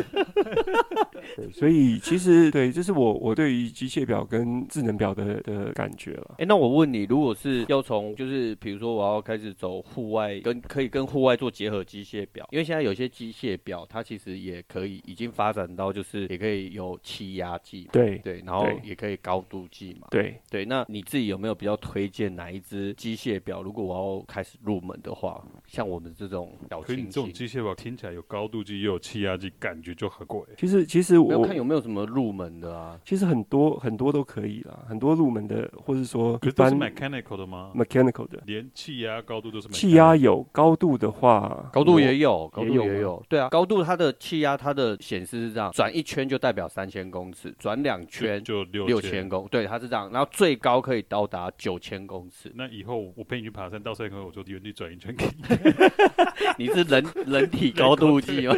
S3: 对所以其实对，这是我我对于机械表跟智能表的的感觉了。
S2: 哎、那我问你，如果是要从就是比如说我要开始走户外，跟可以跟户外做结合机械表，因为现在有些机械表它其实也可以已经发展到就是也可以有气压计，
S3: 对
S2: 对，然后
S3: 对
S2: 也可以高度计嘛，
S3: 对，
S2: 对。那你自己有没有比较推荐哪一只机械表？如果我要开始入门的话，像我们这种小
S1: 可是你
S2: 清
S1: 这种
S2: 新，
S1: 机械表听起来有高度计又有气压计，感觉就很贵。
S3: 其实其实
S2: 没有
S3: 我
S2: 看有没有什么入门的啊？
S3: 其实很多很多都可以啦，很多入门的，或是说
S1: 可
S3: 一
S1: 是都
S3: 般
S1: 是 mechanical 的吗？
S3: mechanical 的，
S1: 连气压、高度都是 mechanical
S3: 气压有高度的话，
S2: 高度也有，高
S3: 也
S2: 度
S3: 有
S2: 也
S3: 吗
S2: 有，对啊，高度它的气压它的显示是这样，转一圈就代表三千公尺，转两圈
S1: 就六。
S2: 六千。公，对，它是这样，然后最高可以到达九千公尺
S1: 那以后我陪你去爬山，到山口我就原地转一圈给你。
S2: 你是人人体高度计吗？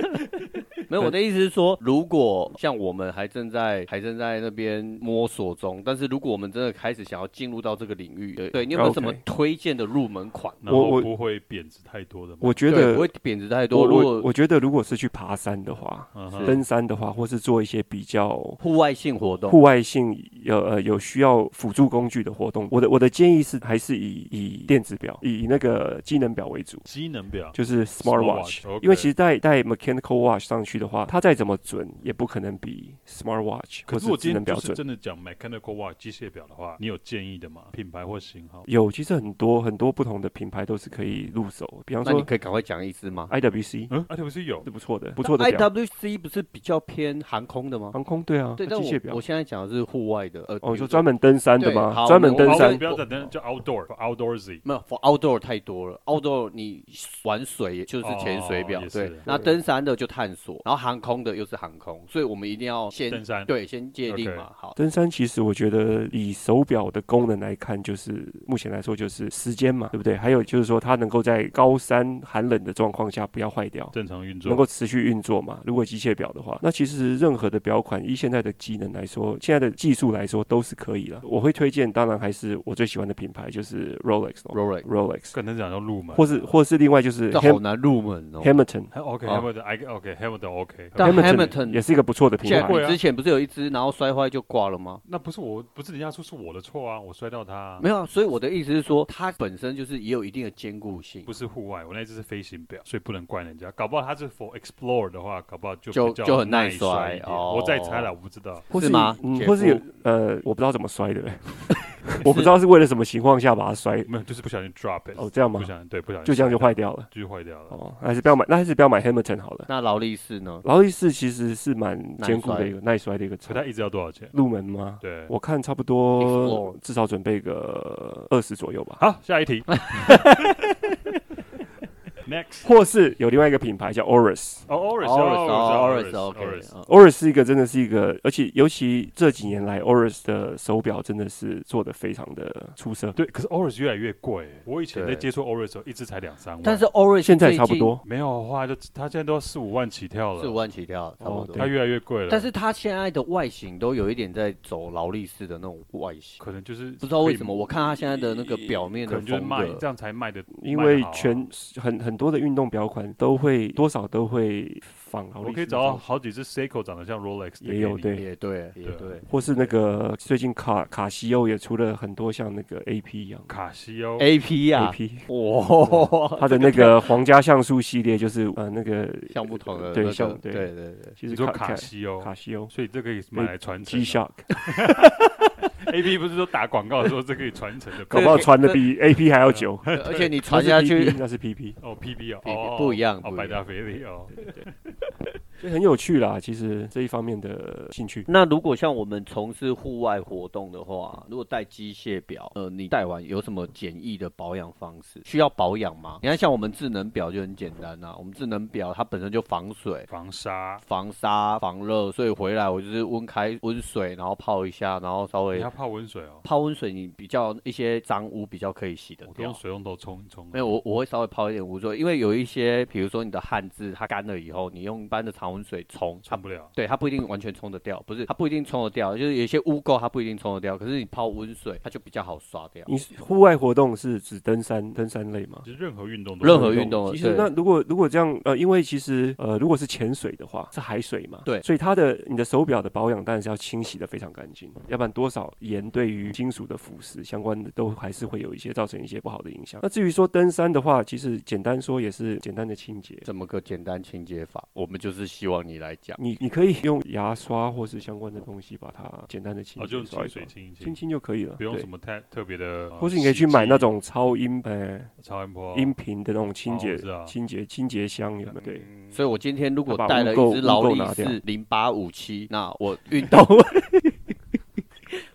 S2: 没有，我的意思是说，如果像我们还正在还正在那边摸索中，但是如果我们真的开始想要进入到这个领域，对，对你有没有
S3: 啊 OK
S2: 什么推荐的入门款？
S1: 然后
S3: 我
S1: 不会贬值太多的嘛。
S3: 我觉
S2: 对
S3: 得
S2: 不会贬值太
S3: 我
S2: 多。如
S3: 我
S2: 果
S3: 我觉得如果是去爬山的话，
S1: 嗯
S2: 是
S1: 哼，
S3: 登山的话，或是做一些比较
S2: 户外性活动，
S3: 户外性有呃有需要辅助工具的活动，我的我的建议是还是以以电子表，以以那个机能表为主。
S1: 机能表
S3: 就是 smart watch，
S1: watch，OK
S3: 因为其实带带 mechanical watch 上去的话，它再怎么准，也不可能比 smart watch 或
S1: 可是我
S3: 是
S1: 今
S3: 智
S1: 天
S3: 能表
S1: 就是
S3: 准。
S1: 真的讲 mechanical watch 机械表的话，你有建议的吗？品牌或型号？
S3: 有，其实很多很多不同的品牌都是可以入手，比方
S2: 那你
S3: 说
S2: 可以赶快讲一支吗？
S3: IWC
S1: 嗯，IWC 有
S3: 是不错的，不错的表。
S2: IWC 不是比较偏航空的吗？
S3: 航空对啊，
S2: 对，
S3: 它
S2: 但
S3: 机械
S2: 我
S3: 表
S2: 我。现在讲的是户外的，呃，
S3: 哦，你说
S2: 比如
S3: 专门登山的
S2: 对
S3: 吗？
S2: 好
S3: 专门
S2: 我
S3: 登
S2: 们
S3: 山
S1: 不要再等，叫 outdoor outdoorsy。
S2: 没有 for outdoor 太多了，outdoor 你玩水就是潜水表
S1: 哦，也是
S2: 对，那登山的就探索，然后航空的又是航空，所以我们一定要先
S1: 登山
S2: 对先界定嘛，好。
S3: 登山其实我觉得以手表的功能来看，就是目前来说就是时间嘛，对不对？还有就是说它能够在高山寒冷的状况下不要坏掉，
S1: 正常运
S3: 能
S1: 作
S3: 够。持续运作嘛。如果机械表的话，那其实任何的表款，依现在的机能来说，现在的技术来说都是可以了。我会推荐，当然还是我最喜欢的品牌就是 Rolex 哦咯
S2: Rolex，
S3: Rolex，
S1: 可能讲叫入门，
S3: 或是或是另外就是
S2: 这好
S3: Ham,
S2: 难入门哦。
S3: Hamilton。
S1: OK
S2: 啊
S1: Hamilton I OK Hamilton OK。
S2: 但 Hamilton-
S3: Hamilton 也是一个不错的品
S2: 现
S3: 牌
S1: 贵
S2: 在
S1: 啊
S2: 之前不是有一只，然后摔坏就挂了吗？
S1: 那不是我，不是人家说是我的错啊，我摔到他啊、
S2: 没有啊，所以我的意思是说，它本身就是也有一定的坚固性
S1: 不，是户外，我那只是飞行表，所以不能怪人家。搞不好他是 for explore 的话，搞不好就
S2: 就
S1: 比较
S2: 就很
S1: 耐
S2: 耐摔
S1: 一点。
S2: 哦
S1: 我再猜了，我不知道。
S3: 或
S2: 是吗
S3: 嗯
S2: 姐，夫
S3: 或是有呃，我不知道怎么摔的，我不知道是为了什么情况下把它摔
S1: 没有，就是不小心 drop it，、
S3: 哦，这样吗
S1: 不？小心对，不小心
S3: 就这样就坏
S1: 掉，
S3: 掉了
S1: 就坏掉了。
S3: 哦，还是不要买，那还是不要买 Hamilton 好了。
S2: 那劳力士呢？
S3: 劳力士其实是蛮坚固
S2: 耐摔
S3: 的一个耐摔的一个车
S1: 所以，它一直要多少钱？
S3: 入门吗？
S1: 对，
S3: 我看差不多
S2: Explore
S3: 至少准备个二十左右吧。
S1: 好，下一题。Next，
S3: 或是有另外一个品牌叫 Oris，Oris
S1: 哦 o r i s
S2: o r i
S1: o
S2: s o
S1: o r
S2: k
S1: i s
S3: 是一个真的是一个，而且尤其这几年来，Oris 的手表真的是做的非常的出色。
S1: 对，可是 Oris 越来越贵。我以前在
S2: 对
S1: 接触 Oris 的时候，一只才两三万，
S2: 但是 Orange
S3: 现在差不多，
S1: 没有的话，就它现在都要四五万起跳
S2: 四五
S1: 了，
S2: 万起跳，差不
S3: 哦
S2: 多
S3: 对。
S1: 它越来越贵了。
S2: 但是它现在的外形都有一点在走劳力士的那种外形，
S1: 可能就是
S2: 不知道为什么，我看它现在的那个表面
S1: 可
S2: 的
S1: 能就是
S2: 风
S1: 卖
S2: 格
S1: 这，样才卖的，
S3: 因
S1: 卖得
S3: 为
S1: 好啊
S3: 全很很多的运动表款都会多少都会仿劳力士，
S1: 我可以啊找到，好几只 Seiko 长得像 Rolex 的
S3: 也有
S1: 给你
S3: 对
S2: 也对，也
S1: 对
S2: 对。
S3: 或是那个最近卡卡西欧也出了很多像那个 AP 一样
S1: 卡西欧
S2: A P 呀
S3: A，P，
S2: 哇，
S3: 它的 那个皇家橡树系列就是呃那个
S2: 像不同的
S3: 对
S2: 那个
S3: 像
S2: 对
S3: 对
S2: 对 对，
S3: 其
S1: 你
S3: 实
S1: 说
S3: 卡
S1: 卡西欧，
S3: 卡西欧
S1: 所以这可以买来传承
S3: G
S1: 的。
S3: Shock，
S1: A P 不是说打广告说这可以传 承的
S3: 搞
S1: 表，
S3: 不好穿的 比 A P 还要久，
S2: 对而且你
S3: 那
S2: 传
S3: 是
S2: 下
S3: PP
S2: 去，
S3: 那是 P P，
S1: 哦 P B 哦
S2: PP
S1: 哦，
S2: 不一样
S1: 哦
S2: 不一样
S1: 百达翡丽哦，
S3: 所以很有趣啦。其实这一方面的兴趣，
S2: 那如果像我们从事户外活动的话，如果带机械表，呃，你戴完有什么简易的保养方式？需要保养吗？你看，像我们智能表就很简单呐、我们智能表它本身就防水。
S1: 防沙。
S2: 防沙、防热，所以回来我就是温开温水，然后泡一下，然后稍
S1: 你
S2: 微
S1: 要泡温水哦，
S2: 泡温水，你比较一些脏污比较可以洗得
S1: 我都用
S2: 掉。
S1: 水龙头冲一冲。
S2: 没有，我我会稍微泡一点无所谓，因为有一些，比如说你的汗渍它干了以后，你用一般的常温水冲，它
S1: 冲不了。
S2: 对它不一定完全冲得掉，不是它不一定冲得掉，就是有一些污垢它不一定冲得掉，可是你泡温水它就比较好刷掉。
S3: 你户外活动是指登山登山类吗？
S1: 其实任何运动都
S2: 任何运动
S3: 其
S2: 对
S3: 实那如果如果这样，呃，因为其实呃，如果是潜水的话，是海水嘛，
S2: 对
S3: 所以它的你的手表的保养当然是要清洗的非常干净，要不然多少盐对于金属的腐蚀相关的都还是会有一些造成一些不好的影响。那至于说登山的话，其实简单说也是简单的清洁，
S2: 怎么个简单清洁法？我们就是希望你来讲。
S3: 你你可以用牙刷或是相关的东西把它简单的清
S1: 哦，
S3: 洗
S1: 就清
S3: 刷一
S1: 水
S3: 刷，
S1: 清一
S3: 清
S1: 清，
S3: 清就可以了，
S1: 不用
S3: 对
S1: 什么太特别的。
S2: 啊
S3: 或是你可以去买那种超音呃
S1: 呃超音
S2: 哦
S1: 波
S3: 音频的那种清洁
S1: 哦是啊
S3: 清洁清洁箱有没有？
S2: 嗯
S3: 对，
S2: 所以我今天如果
S3: 嗯把
S2: 带
S3: 污
S2: 了
S3: 垢
S2: 一只
S3: 污
S2: 劳
S3: 垢
S2: 力
S3: 拿掉
S2: 士零八五七，那我运 动，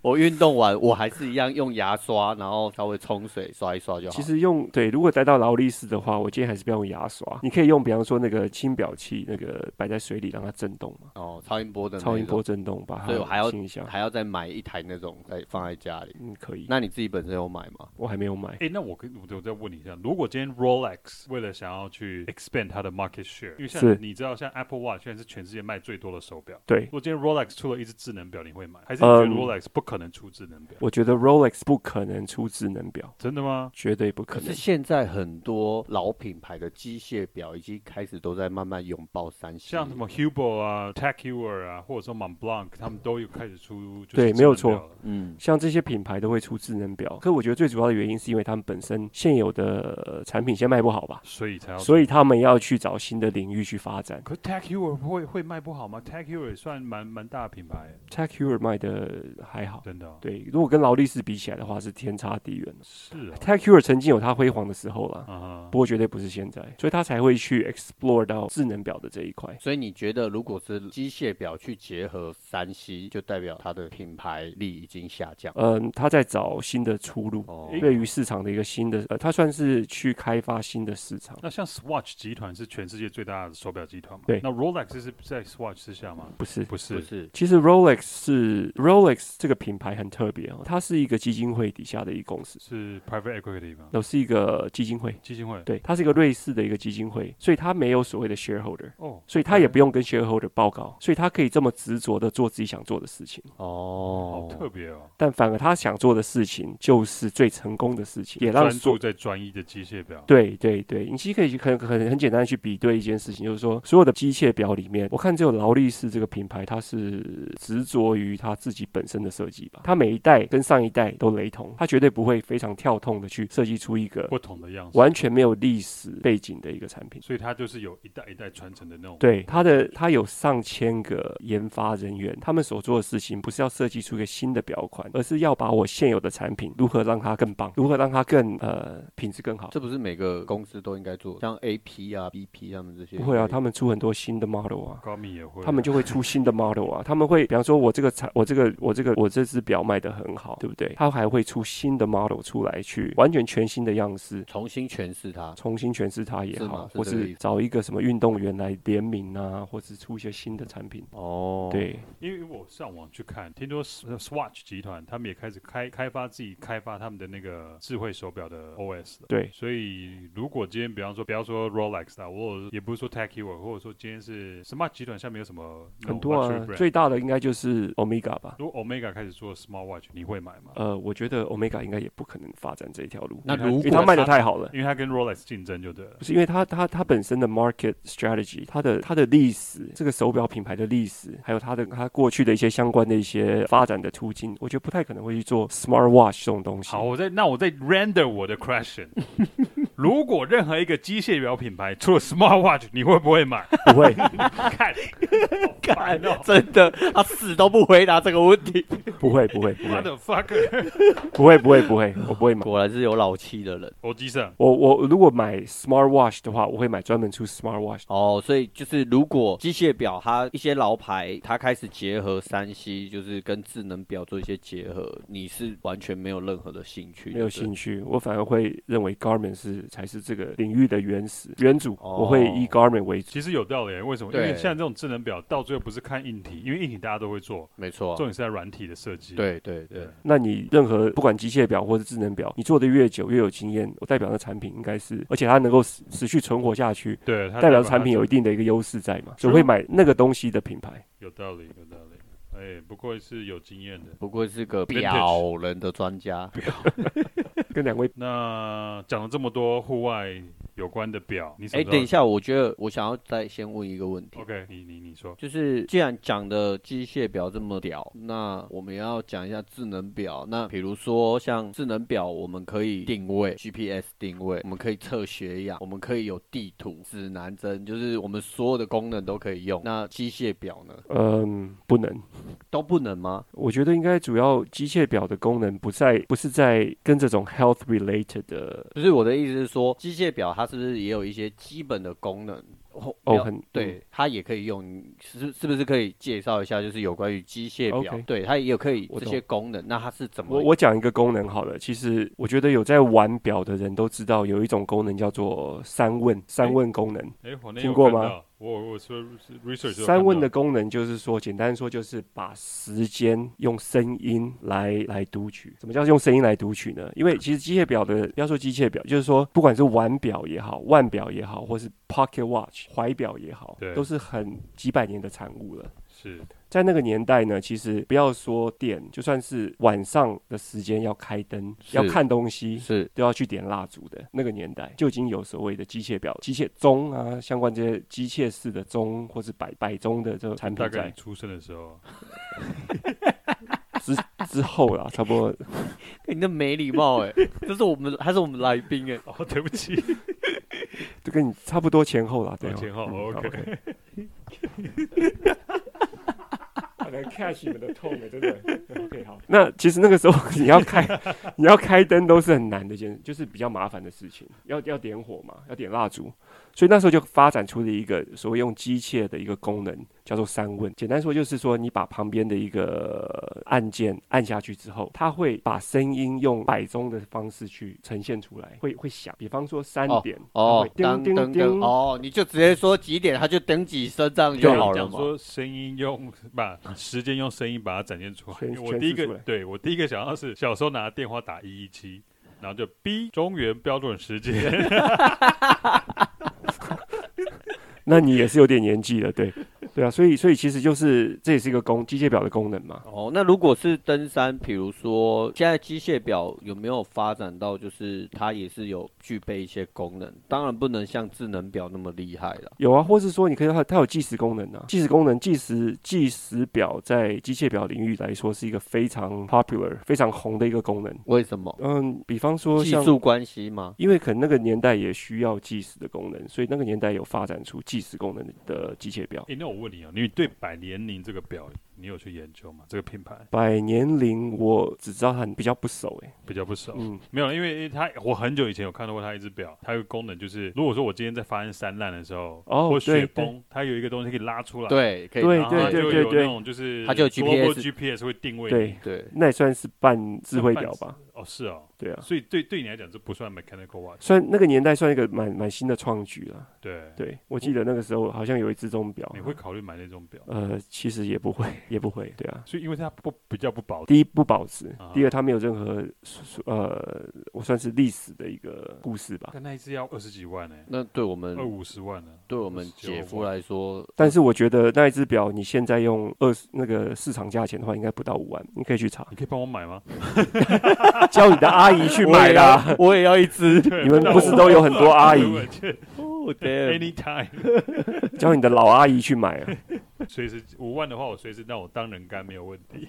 S2: 我运动完我还是一样用牙刷，然后稍微冲水刷一刷就好。
S3: 其实用对，如果带到劳力士的话，我建议还是不要用牙刷，你可以用比方说那个清表器，那个摆在水里让它震动嘛，
S2: 哦，超音波的那
S3: 超音
S2: 种
S3: 波震动把
S2: 所以我还
S3: 它
S2: 要
S3: 清一下。
S2: 还要再买一台那种再放在家里。
S3: 嗯，可以。
S2: 那你自己本身有买吗？
S3: 我还没有买。
S1: 哎，那我跟我再问你一下，如果今天 Rolex 为了想要去 expand 它的 market share，因为像
S3: 是
S1: 你知道，像 Apple Watch 现在是全世界卖最多的手表。
S3: 对
S1: 如，果今天 Rolex 出了一只智能表，你会买？还是你觉得
S3: 嗯
S1: Rolex 不可能出智能表？
S3: 我觉得 Rolex 不可能出智能表，
S1: 真的吗？
S3: 绝对不可
S2: 可是
S3: 能。
S2: 现在很多老品牌的机械表已经开始都在慢慢拥抱三星，
S1: 像什
S3: 嗯
S1: 么 Hubo 啊、t a c u e r 啊，或者说 Montblanc，他们都有开始出就是
S3: 对
S1: 智能
S3: 没有错
S1: 表了。
S2: 嗯，
S3: 像这些品牌都会出智能表，可我觉得最主要的原因是因为他们本身现有的呃产品先卖不好吧，
S1: 所以才要。
S3: 所以他们要去找新的领域去发展。
S1: 可是 Tag Heuer 会会卖不好吗？Tag Heuer 也算蛮蛮大的品牌，
S3: Tech Heuer 卖的还好，
S1: 真的哦、
S3: 对，如果跟劳力士比起来的话，是天差地远。
S1: 是啊，
S3: Tech Heuer 曾经有它辉煌的时候啦，
S1: 啊
S3: 不过绝对不是现在，所以它才会去 explore 到智能表的这一块。
S2: 所以你觉得如果是机械表去结合三 C，就代表它的品牌力已经下降？
S3: 嗯，它在找新的出路。
S2: 哦，
S1: 诶
S3: 对于市场的一个新的，呃，它算是去开发新的市场，
S1: 那像 Swatch 集团是全世界最大的手表集团嘛？
S3: 对
S1: 那 Rolex 是在 Swatch 之下吗？
S3: 不是？
S1: 不
S2: 不
S1: 是，
S2: 是，
S3: 其实 Rolex 是 Rolex 这个品牌很特别哦，它是一个基金会底下的一个公司，
S1: 是 private equity 吗？
S3: 那是一个基金会，
S1: 基金会。
S3: 对，它是一个瑞士的一个基金会，所以它没有所谓的 shareholder。
S1: 哦，
S3: 所以他也不用跟 shareholder 报告，所以他可以这么执着的做自己想做的事情。
S1: 好
S2: 哦，
S1: 特别哦，
S3: 但反而他想做的事情就是最成功的事情，也让
S1: 专
S3: 所
S1: 注在专一的机械表。
S3: 对对对，你其实可以去很很很简单地去比对一件事情，就是说所有的机械表里面，我看只有劳力士这个品牌，它是执着于它自己本身的设计吧，它每一代跟上一代都雷同，它绝对不会非常跳痛的去设计出一个
S1: 不同的样子，
S3: 完全没有历史背景的一个产品。
S1: 所以它就是有一代一代传承的那种。
S3: 对它的，它有上千个研发人员，他们所做的事情不是要设计出一个新的表款，而是要把我现有的产品如何让它更棒，如何让它更呃品质更好。
S2: 这不是每个公司都应该做，像 AP 啊、BP 他们这些
S3: 不会啊，他们出很多新的 model 啊。
S1: 高米也会啊，
S3: 他们就会出新的 model 啊，他们会，比方说，我这个产，我这个，我这个，我这只表卖得很好，对不对？它还会出新的 model 出来，去完全全新的样式，
S2: 重新诠释它。
S3: 重新诠释它也
S2: 是吗
S3: 好，
S2: 是
S3: 或
S2: 这个
S3: 是
S2: 意思
S3: 找一个什么运动员来联名啊，或是出一些新的产品。
S2: 哦，
S3: 对，
S1: 因为我上网去看，听说 S- Swatch 集团他们也开始开开发自己开发他们的那个智慧手表的 OS 了。
S3: 对，
S1: 所以如果今天比方说，不要说 Rolex 啦，或者也不是说 t a c h y w a r 或者说今天是 Smart 集团下面有什么那种
S3: 很多
S1: luxury
S3: 啊
S1: brand，
S3: 最大的应该就是 Omega 吧。
S1: 如果 Omega 开始做 Smart Watch，你会买吗？
S3: 呃，我觉得 Omega 应该也不可能发展这一条路，
S2: 那
S1: 因为
S2: 如
S3: 因为
S2: 果
S3: 它卖的
S1: 它
S3: 太好了。
S1: 因为它跟 Rolex 竞争就对了
S3: 不。是因为它它它本身的 market strategy，它的它的历史，这个手表品牌的历史，还有它的它过去的一些相关的一些发展的途径，我觉得不太可能会去做 smart watch 这种东西。
S1: 好，啊我再那我再 render 我的 question。如果任何一个机械表品牌出了 Smart Watch，你会不会 买？
S3: 不会，
S1: 看，看哦
S2: 真的，他死都不回答这个问题。
S3: 不会，不会，不会，
S1: ，motherfucker，
S3: 不会，不会，不会，我不会买。
S2: 果然是有老气的人
S1: 我哦机上。
S3: 我我如果买 smart watch 的话，我会买专门出 smart watch。
S2: 哦。所以就是，如果机械表它一些老牌，它开始结合三 C，就是跟智能表做一些结合，你是完全没有任何的兴趣，
S3: 没有
S2: 对不对
S3: 兴趣，我反而会认为 Garmin 是才是这个领域的原始原主，我会以
S2: 哦
S3: Garmin 为主。
S1: 其实有道理，为什么？因
S2: 对
S1: 为像这种智能表，到最后不是看硬体，因为硬体大家都会做，
S2: 没错啊
S3: 哦
S1: 重，点是在软体的设计。
S2: 对对对
S1: 对，
S3: 那你任何不管机械表或是智能表，你做的越久越有经验，我代表的产品应该是，而且它能够持持续存活下去，
S1: 对，它
S3: 代表产品有一
S1: 它
S3: 定的一个优势在嘛，
S1: True
S3: 所以会买那个东西的品牌。
S1: 有道理，有道理。哎，不愧是有经验的。
S2: 不过是个表人的专家。
S3: 跟两位
S1: 那讲了这么多户外有关的表，你什
S2: 哎、
S1: 么时候
S2: 等一下，我觉得我想要再先问一个问题。
S1: ，OK，你你你说，
S2: 就是既然讲的机械表这么屌，那我们要讲一下智能表。那比如说像智能表，我们可以定位 GPS 定位，我们可以测血氧，我们可以有地图、指南针，就是我们所有的功能都可以用。那机械表呢，
S3: 嗯，不能。
S2: 都不能吗？
S3: 我觉得应该主要机械表的功能不在，不是在跟这种 health related 的
S2: 不是我的意思是说，机械表它是不是也有一些基本的功能？哦
S3: 哦，
S2: 表
S3: 很
S2: 对，它也可以用，是是不是可以介绍一下，就是有关于机械表
S3: OK
S2: 对，它也有可以
S3: 我
S2: 这
S3: 懂
S2: 些功能，那它是怎么？
S3: 我我讲一个功能好了，其实我觉得有在玩表的人都知道，有一种功能叫做三问，三问功能。
S1: 哎，我那
S3: 听
S1: 有
S3: 过
S1: 看
S3: 吗
S1: 到？我我说 research 有
S3: 三
S1: 看
S3: 问
S1: 到
S3: 的功能就是说，简单说就是把时间用声音来来读取。什么叫用声音来读取呢？因为其实机械表的，不要说机械表，就是说不管是腕表也好，腕表也好，或是 pocket watch 怀表也好
S1: 对，
S3: 都是很几百年的产物了。
S1: 是
S3: 在那个年代呢，其实不要说电，就算是晚上的时间要开灯、
S2: 是
S3: 要看东西，
S2: 是
S3: 都要去点蜡烛的那个年代，就已经有所谓的机械表、机械钟啊，相关这些机械式的钟或是摆摆钟的这个产
S1: 大
S3: 品
S1: 概你
S3: 在
S1: 出生的时候，
S3: 之之后啦，差不多。
S2: 你那没礼貌哎、这是我们还是我们来宾哎、
S1: 哦，对不起，
S3: 就跟你差不多前后啦，对、
S1: 哦前后
S3: 嗯
S1: 哦
S3: 好
S1: OK
S3: OK。可能 catch 你们的痛了，真 的。OK，好。那其实那个时候你要开， 你要开灯都是很难的一件，就是比较麻烦的事情。要要点火嘛，要点蜡烛，所以那时候就发展出了一个所谓用机械的一个功能，叫做三问。简单说就是说，你把旁边的一个按键按下去之后，它会把声音用摆钟的方式去呈现出来，会会响。比方说三点，它
S2: 哦
S3: 会，
S2: 当
S3: 叮
S2: 噔
S3: 叮
S2: 噔
S3: 叮，
S2: 哦，你就直接说几点，他就等几声这样就
S1: 刚刚
S2: 好了
S1: 讲
S2: 嘛。
S1: 说声音用把时间用声音把它展现出来。
S3: 全
S1: 因为我
S3: 全
S1: 第一
S3: 是出
S1: 个
S3: 来
S1: 对我第一个想到是小时候拿电话打一一七，然后就 B 中原标准时间。
S3: 那你也是有点年纪了，对， 对啊，所以所以其实就是这也是一个功机械表的功能嘛。
S2: 哦，那如果是登山，比如说现在机械表有没有发展到，就是它也是有具备一些功能，当然不能像智能表那么厉害了。
S3: 有啊，或是说你可以它它有计时功能啊，计时功能计时计时表在机械表领域来说是一个非常 popular 非常红的一个功能。
S2: 为什么？
S3: 嗯，比方说
S2: 技
S3: 像。
S2: 术关系吗？
S3: 因为可能那个年代也需要计时的功能，所以那个年代有发展出计时功能的机械表。
S1: 诶，那我问你哦，你对百年灵这个表你有去研究吗？这个品牌
S3: 百年灵我只知道它比较不熟诶、
S1: 比较不熟。
S3: 嗯，
S1: 没有，因为它我很久以前有看到过它一只表，它有个功能就是，如果说我今天在发生山难的时候，
S3: 哦
S1: 或雪
S3: 对对
S1: 崩，它有一个东西可以拉出来，，
S2: 对，可以啊
S3: 对
S1: 然后它
S3: 对
S1: 就
S3: 对
S1: 有
S3: 对
S1: 那种就是
S2: 它就有
S1: 多过
S2: GPS
S1: GPS 会定位
S3: 对
S1: 你。
S2: 对，
S3: 那也算是半智慧表吧？
S1: 哦，是哦，
S3: 对啊，
S1: 所以对对你来讲这不算 mechanical watch，
S3: 算那个年代算一个蛮蛮新的创举了。
S1: 对，
S3: 对，我记得那个时候好像有一只钟表
S1: 你，会考虑买那种表，
S3: 呃，其实也不会，也不会，对啊。
S1: 所以因为它不比较不保值，
S3: 第一不保值
S1: 啊，
S3: 第二它没有任何呃，我算是历史的一个故事吧。
S1: 但那一只要二十几万呢、
S2: 那对我们
S1: 二五十万呢、
S2: 对我们姐夫来说，
S3: 但是我觉得那一只表，你现在用二十那个市场价钱的话，应该不到五万，你可以去查
S1: ，你可以帮我买吗？
S3: 叫你的阿姨去买啦。
S2: 我也要一
S1: 啊
S2: 只。
S3: 你们不是都有很多 阿姨，
S2: 哦，对，
S1: ，anytime，
S3: 叫你的老阿姨去买啊。
S1: 随时五万的话，我随时让我当人干没有问题。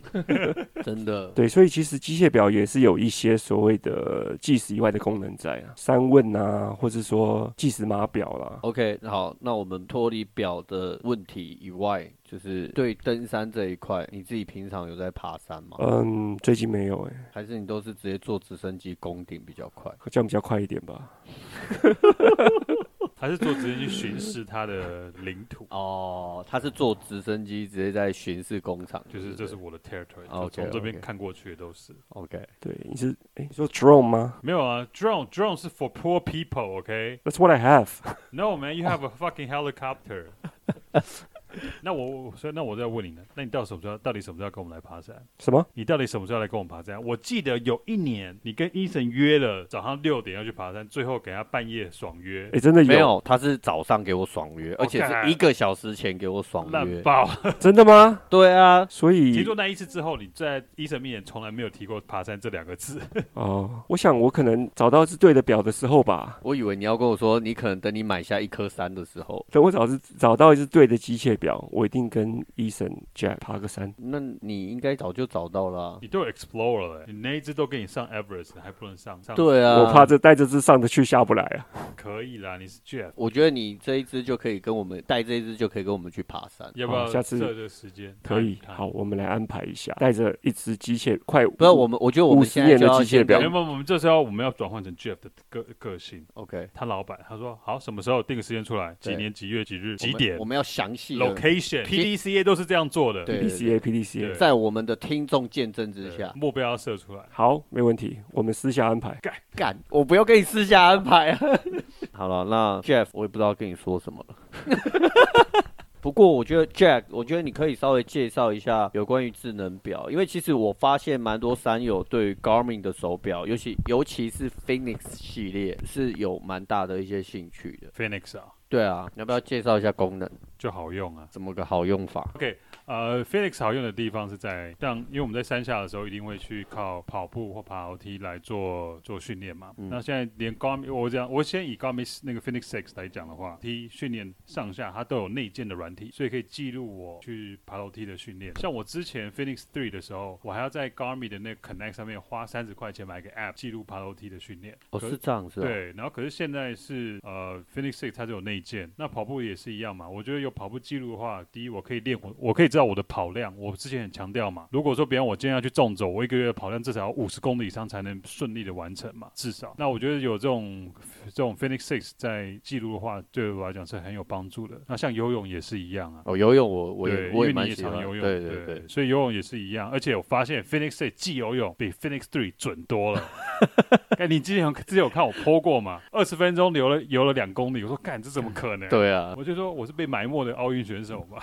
S2: 真的。
S3: 对，所以其实机械表也是有一些所谓的计时以外的功能在啊，三问啊，或是说计时码表啦。
S2: OK，好，那我们脱离表的问题以外，就是对呃登山这一块，你自己平常有在爬山吗？
S3: 嗯，最近没有哎、
S2: 还是你都是直接坐直升机攻顶比较快？
S3: 这样比较快一点吧。
S1: 还是做直接去巡视它的领土，
S2: 哦，他是坐直升机直接在巡视工厂，
S1: 就是这
S2: 对
S1: 是我的 territory，
S2: 啊
S1: 就
S2: ，OK，
S1: 从这边
S2: OK
S1: 看过去的都是。
S2: OK，
S3: 对，你是哎、你说 drone 吗
S1: 没有啊，drone drone 是 for poor people，OK？No
S3: ？That's what I have。
S1: man，you have a fucking helicopter。 那我所以那我再问你呢，那你到什么时候到底什么时候要跟我们来爬山？
S3: 什么？
S1: 你到底什么时候要来跟我们爬山？我记得有一年你跟医生约了早上六点要去爬山，最后给他半夜爽约
S3: 哎、，真的
S2: 没有，他是早上给我爽约，而且是一个小时前给我爽
S1: 哦烂
S2: 约。
S1: 爆。
S3: 真的吗？
S2: 对啊，
S3: 所
S1: 听
S3: 以
S1: 说那一次之后，你在医生面前从来没有提过爬山这两个字。
S3: 哦，我想我可能找到是对的表的时候吧，
S2: 我以为你要跟我说，你可能等你买下一颗山的时候，
S3: 等我找是找到一只对的机械表，我一定跟 Eason Jack 爬个山。
S2: 那你应该早就找到了啊、
S1: 你都有 Explorer 了、你那一只都给你上 Everest 了还不能上，上
S2: 对啊，
S3: 我怕这带这只上得去下不来啊！
S1: 可以啦，你是 Jeff，
S2: 我觉得你这一支就可以跟我们带这一支就可以跟我们去爬山。
S1: 要不要
S3: 好下次
S1: 设这个时间？
S3: 可以，
S1: 看一看
S3: 好，，我们来安排一下，带着一只机械快
S2: 不是我们，我觉得我们现在
S3: 50
S2: 就要
S3: 年的机械
S2: 先
S3: 表
S1: 没有，没有我们这时候我们要转换成 Jeff 的个个性。
S2: OK
S1: 他老板他说好，什么时候定个时间出来？
S2: 对
S1: 几年几月几日
S2: 我
S1: 几
S2: 们
S1: 点
S2: 我们要详细的
S1: ？Location PDCA 都是这样做的。
S2: 对
S3: PDCA PDCA
S1: 对。
S2: 在我们的听众见证之
S1: 对，
S2: 下
S1: 目标要设出来。
S3: 好，没问题，我们私下安排。
S2: 干，我不要跟你私下安排啊。 好了，那 Jeff，我也不知道跟你说什么了。 不过我觉得 Jack，我觉得你可以稍微介绍一下有关于智能表，因为其实我发现蛮多山友对于 Garmin 的手表，尤其尤其是 Phoenix 系列是有蛮大的一些兴趣的。
S1: Phoenix 啊，
S2: 对啊，你要不要介绍一下功能，
S1: 就好用啊。
S2: 怎么个好用法？
S1: 呃，Phoenix 好用的地方是在像，因为我们在山下的时候一定会去靠跑步或爬楼梯来做做训练嘛。
S2: 嗯
S1: 那现在连高米，我讲我先以高米那个 Phoenix Six 来讲的话，梯训练上下它都有内建的软体，所以可以记录我去爬楼梯的训练。像我之前 Phoenix Three 的时候，我还要在 Garmin 的那个 Connect 上面花三十块钱买个 App 记录爬楼梯的训练。
S2: 哦，
S1: 可
S2: 是这样子、哦。，
S1: 对，然后可是现在是呃，Phoenix Six 它就有内建，那跑步也是一样嘛。我觉得有跑步记录的话，第一我可以练我，我可以知道我的跑量。我之前很强调嘛，如果说别人我今天要去纵走，我一个月的跑量至少要五十公里以上才能顺利的完成嘛，至少。那我觉得有这种这种 Phoenix Six 在记录的话，对我来讲是很有帮助的。那像游泳也是一样啊。
S2: 哦，游泳我我
S1: 对，
S2: 也
S1: 因
S2: 我
S1: 为
S2: 也
S1: 你
S2: 蛮
S1: 也
S2: 喜
S1: 常
S2: 欢。
S1: 游泳，
S2: 对对对，
S1: 所以游泳也是一样。而且我发现 Phoenix Six 记游泳比 Phoenix Three 准多 了。哎，你之前有之前有看我 PO 过嘛？二十分钟游了游了两公里，我说干这怎么可能？，
S2: 对啊，
S1: 我就说我是被埋没的奥运选手嘛。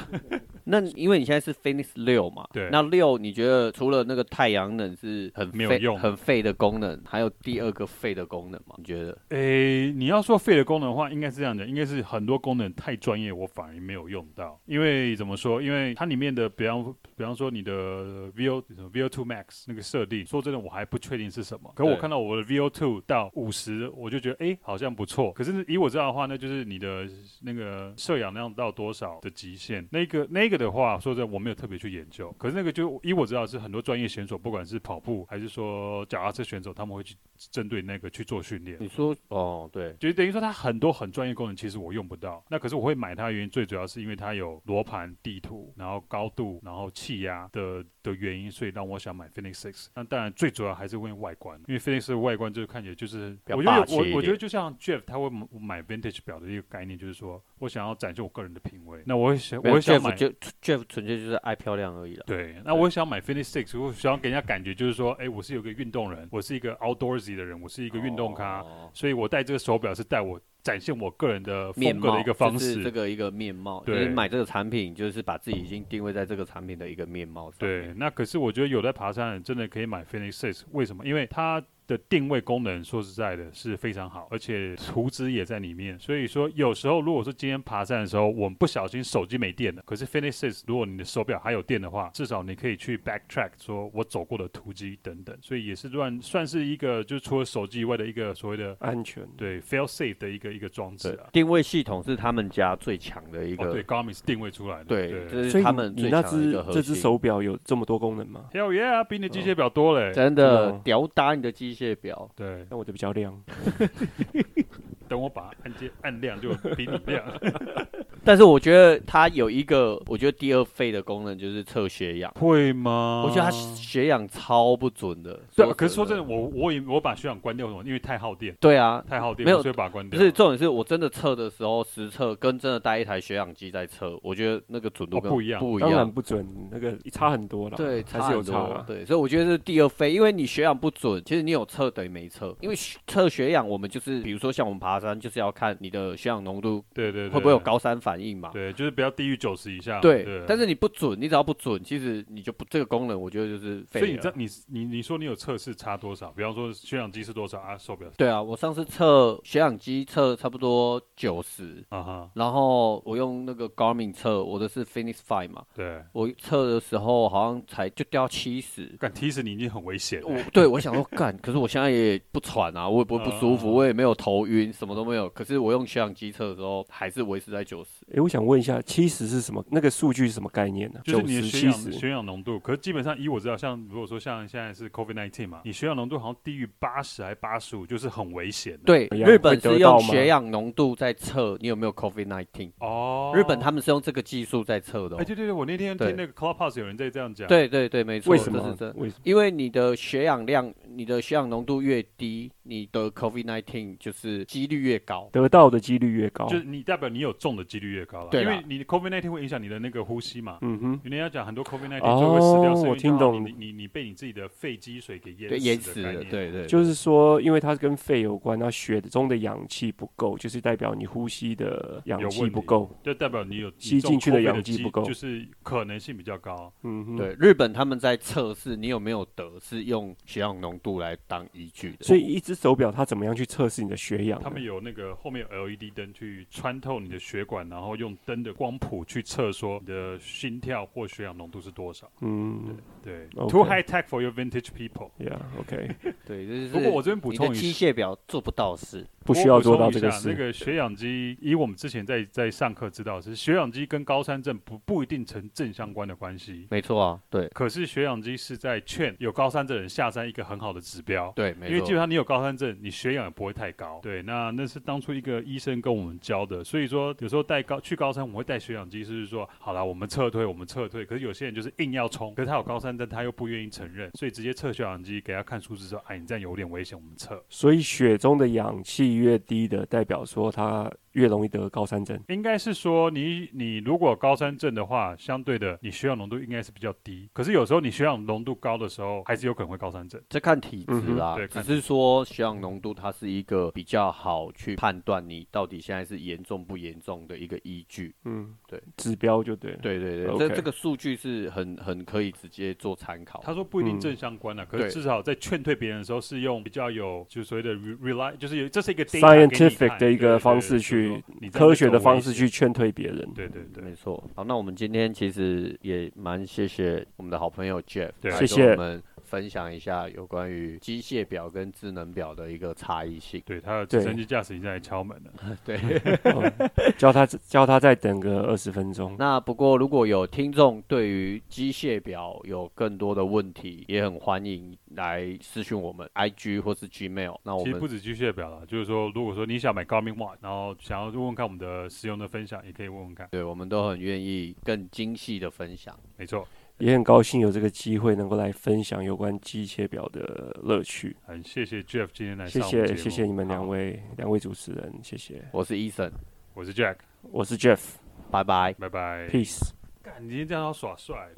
S2: 那因为你现在是 Phoenix 六嘛，
S1: 对
S2: 那六你觉得除了那个太阳能是很
S1: 没有
S2: 废
S1: 用
S2: 很废的功能，还有第二个废的功能吗？你觉得？
S1: 诶，你要说废的功能的话，应该是这样讲，应该是很多功能太专业，我反而没有用到。因为怎么说？因为它里面的，比方比方说你的 VO 什么 VO2 Max 那个设定，说真的，我还不确定是什么。可我
S2: 对
S1: 看到我的 VO2 到五十，我就觉得诶，好像不错。可是以我知道的话，那就是你的那个摄氧量到多少的极限？那个那个的话，说真的，我没有特别去研究。可是那个就以我知道是很多专业选手，不管是跑步还是说脚踏车选手，他们会去针对那个去做训练
S2: 你。说哦，对，
S1: 就等于说它很多很专业功能，其实我用不到。那可是我会买它的原因，最主要是因为它有罗盘、地图，然后高度，然后气压的的原因，所以让我想买 Phoenix Six。那当然最主要还是为外观，因为 Phoenix 的外观就是看起来就是，
S2: 比较
S1: 我觉
S2: 霸
S1: 得
S2: 气
S1: 有
S2: 一
S1: 我我觉
S2: 点
S1: 得就像 Jeff 他会买买 Vintage 表的一个概念，就是说我想要展现我个人的品味。那我会想，我会想
S2: Jeff
S1: 买。
S2: 就 Jeff 纯粹就是爱漂亮而已了。
S1: 对，那我想买 Finish Six，我想给人家感觉就是说，哎，我是有个运动人，我是一个 outdoorsy 的人，我是一
S2: 一
S1: 个运动咖，
S2: 哦、
S1: 所以我戴这个手表是带我展现我个人的
S2: 面
S1: 风格
S2: 貌
S1: 的一个方
S2: 就是
S1: 式。
S2: 这个一个面貌，就
S1: 对
S2: 是买这个产品，就是把自己已经定位在这个产品的一个面貌上。
S1: 对，，那可是我觉得有在爬山的人真的可以买 Phoenix Six，为什么？因为它的定位功能说实在的是非常好，而且图纸也在里面。所以说有时候如果说今天爬山的时候，我们不小心手机没电了，可是 Phoenix Six 如果你的手表还有电的话，至少你可以去 backtrack 说我走过的途径等等，所以也是算算是一个就是除了手机以外的一个所谓的
S3: 安全，
S1: 对 fail safe 的一个一个装置
S2: 对
S1: 啊，。
S2: 定位系统是他们家最强的一
S1: 哦，
S2: 个
S1: 对，，Garmin 是定位出来的，
S2: 对，
S1: 对
S2: 这
S3: 所
S2: 是
S3: 以
S2: 他们
S3: 你
S2: 最
S3: 你那
S2: 强的一
S3: 只
S2: 个核
S3: 这只
S2: 心
S3: 手表有这么多功能吗？
S1: ，Hell yeah，比啊你的机械表多嘞，
S2: 真的
S3: 哦
S2: 屌打你的机械表。
S1: 对。
S3: 那我的比较亮，
S1: 等我把按键按亮，就比你亮。
S2: 但是我觉得它有一个，我觉得第二肺的功能就是测血氧，
S1: 会吗
S2: 我觉得它血氧超不准的。
S1: 哦对啊，可是说真
S2: 的，
S1: 的，我我也我把血氧关掉什么，因为太耗电，
S2: 对啊，
S1: 太耗电，
S2: 没有
S1: 我所以把它关
S2: 不
S1: 掉。
S2: 是重点是我真的测的时候实测跟真的带一台血氧机在测，我觉得那个准度
S1: 哦
S2: 跟
S1: 不一样
S2: 不一
S3: 当然
S2: 样。
S3: 不准，那个差很多了，
S2: 对，
S3: 还是有
S2: 很
S3: 差
S2: 多
S1: 啊
S3: 啦。
S2: 对，所以我觉得是第二肺，因为你血氧不准，其实你有测等于没测，因为血测血氧我们就是，比如说像我们爬山就是要看你的血氧浓度
S1: 对对对，
S2: 会不会有高山反反应嘛。
S1: 对，啊就是不要低于九十以下。
S2: 对，但
S1: 是
S2: 是你不准，你只要不准，其实你就不这个功能，我觉得就是废
S1: 所以你
S2: 了
S1: 这你你你说你有测试差多少？比方说血氧机是多少啊？手表
S2: 对啊，我上次测血氧机测差不多九十，
S1: 啊哈，
S2: 然后我用那个 Garmin 测，我的是 Phoenix Five 嘛，
S1: 对，
S2: 我测的时候好像才就掉七十。
S1: 敢提示你已经很危险了。
S2: 我 对我想说干，可是我现在也不喘啊，我也不会不舒
S1: 嗯
S2: 服，
S1: 嗯嗯
S2: 我也没有头晕，什么都没有。可是我用血氧机测的时候，还是维持在九十。
S3: 诶，我想问一下，七十是什么？那个数据是什么概念呢、
S1: 就是
S3: 九
S1: 你的
S3: 十、
S1: 血
S3: 七
S1: 氧
S3: 十，
S1: 血氧浓度，可是基本上以我知道，像如果说像现在是 COVID nineteen 嘛，你血氧浓度好像低于八十还八十五，就是很危险的。
S2: 对，
S3: 怎么样
S2: 日本
S3: 会
S2: 是
S3: 得到
S2: 用
S3: 吗
S2: 血氧浓度在测你有没有 COVID nineteen，、
S1: 哦，
S2: 日本他们是用这个技术在测的哦、
S1: 哎，对对对，我那天
S2: 对
S1: 听那个 Clubhouse 有人在这样讲。
S2: 对对对，没错，
S3: 为什
S2: 这是
S3: 么
S2: 这？
S3: 为什么？
S2: 因为你的血氧量、你的血氧浓度越低，你得 COVID-19 就是几率越高。
S3: 得到的几率越高？
S1: 就是你代表你有中的几率越高了，
S2: 对
S1: 因
S2: 啦
S1: 为你的 COVID nineteen 会影响你的那个呼吸嘛。
S3: 嗯哼，
S1: 人家讲很多 COVID nineteen
S3: 哦
S1: 最后会死掉，是因
S3: 我
S1: 为
S3: 听
S1: 刚好
S3: 懂
S1: 你你你被你自己的肺积水给
S2: 对，
S1: 淹
S2: 淹
S1: 死
S2: 死
S1: 的概
S2: 了，
S1: 念。
S2: 对对，
S3: 就是说，因为它跟肺有关，那血中的氧气不够，就是代表你呼吸的氧气不够。
S1: 就代表你有
S3: 吸进去
S1: 的
S3: 的氧气不够
S1: 就是可能性比较高。
S3: 嗯哼，。
S2: 对。日本他们在测试你有没有得，是用血氧浓度来当依据的。
S3: 所以一只手表它怎么样去测试你的血氧呢？
S1: 他们有那个后面有 LED 灯去穿透你的血管，然后用灯的光谱去测说你的心跳或血氧浓度是多少。
S3: 嗯
S1: 对
S3: OK
S1: ，too high tech for your vintage people。
S3: ，Yeah，OK，、
S2: 对，这是
S1: 不过我这边补
S2: 你的
S1: 充一
S2: 机
S1: 下。
S2: 械表做不到的事。
S3: 不需要做
S1: 我
S3: 到
S1: 补
S3: 这
S1: 充
S3: 个
S1: 一下
S3: 事。
S1: 那个血氧机，以我们之前在在上课知道的是，血氧机跟高山症不不一定成正相关的关系。
S2: 没错啊，对
S1: 可是血氧机是在劝有高山症的人下山一个很好的指标。
S2: 对，没
S1: 因为基本
S2: 错。
S1: 上你有高山症，你血氧也不会太高。对，那那是当初一个医生跟我们教的，所以说有时候带高去高山，我们会带血氧机，就是说好啦，我们撤退，我们撤退。可是有些人就是硬要冲，可是他有高山症，他又不愿意承认，所以直接测血氧机给他看数字说，哎，你这样有点危险，我们测。
S3: 所以血中的氧气越低的，代表说它越容易得高山症。
S1: 应该是说你你如果高山症的话，相对的你血氧浓度应该是比较低，可是有时候你血氧浓度高的时候，还是有可能会高山症。
S2: 这看体质
S3: 嗯
S2: 啦
S1: 哼对，
S2: 只
S1: 看
S2: 是说血氧浓度它是一个比较好去判断你到底现在是严重不严重的一个依据。
S3: 嗯，
S2: 对，
S3: 指标就对了。
S2: 对对对，
S3: OK
S2: 这这个数据是很很可以直接做参考。
S1: 他说不一定
S3: 嗯
S1: 正相关了、啊可
S2: 对
S1: 是至少在劝退别人的时候，是用比较有就是所谓的 re- rely，就是有这是一个 data 给你
S3: scientific
S1: 看
S3: 的一
S1: 对对
S3: 个
S1: 对
S3: 方
S1: 就
S3: 式
S1: 是说
S3: 去
S1: 你这样
S3: 科
S1: 会
S3: 学的
S1: 更
S3: 方
S1: 危
S3: 式
S1: 险
S3: 去。劝退别人。
S1: 对对对，
S2: 没错。好，那我们今天其实也蛮谢谢我们的好朋友 Jeff，
S1: 对啊
S2: 来跟
S3: 谢谢
S2: 我们分享一下有关于机械表跟智能表的一个差异性。
S1: 对，他的
S3: 对
S1: 直升机驾驶已经在敲门了。
S2: 对，
S3: 嗯叫他叫他再等个二十分钟。
S2: 那不过如果有听众对于机械表有更多的问题，也很欢迎来私讯我们 IG 或是 Gmail。那我
S1: 其实不
S2: 们
S1: 止机械表了，就是说，如果说你想买 Garmin Watch，然后想要问问看我们的使用的分享，也可以问问看。
S2: 对我们都很愿意更精细的分享。
S1: 没错，
S3: 也很高兴有这个机会能够来分享有关机械表的乐趣。
S1: 很谢谢 Jeff 今天来
S3: 谢
S1: 上我们节
S3: 谢
S1: 目
S3: 谢谢你们两
S1: 好
S3: 位两位主持人，谢谢。
S2: 我是 Eason，
S1: 我是 Jack，
S3: 我是 Jeff，peace。
S2: 拜拜。
S1: 拜拜。干，你今天这样要耍帅。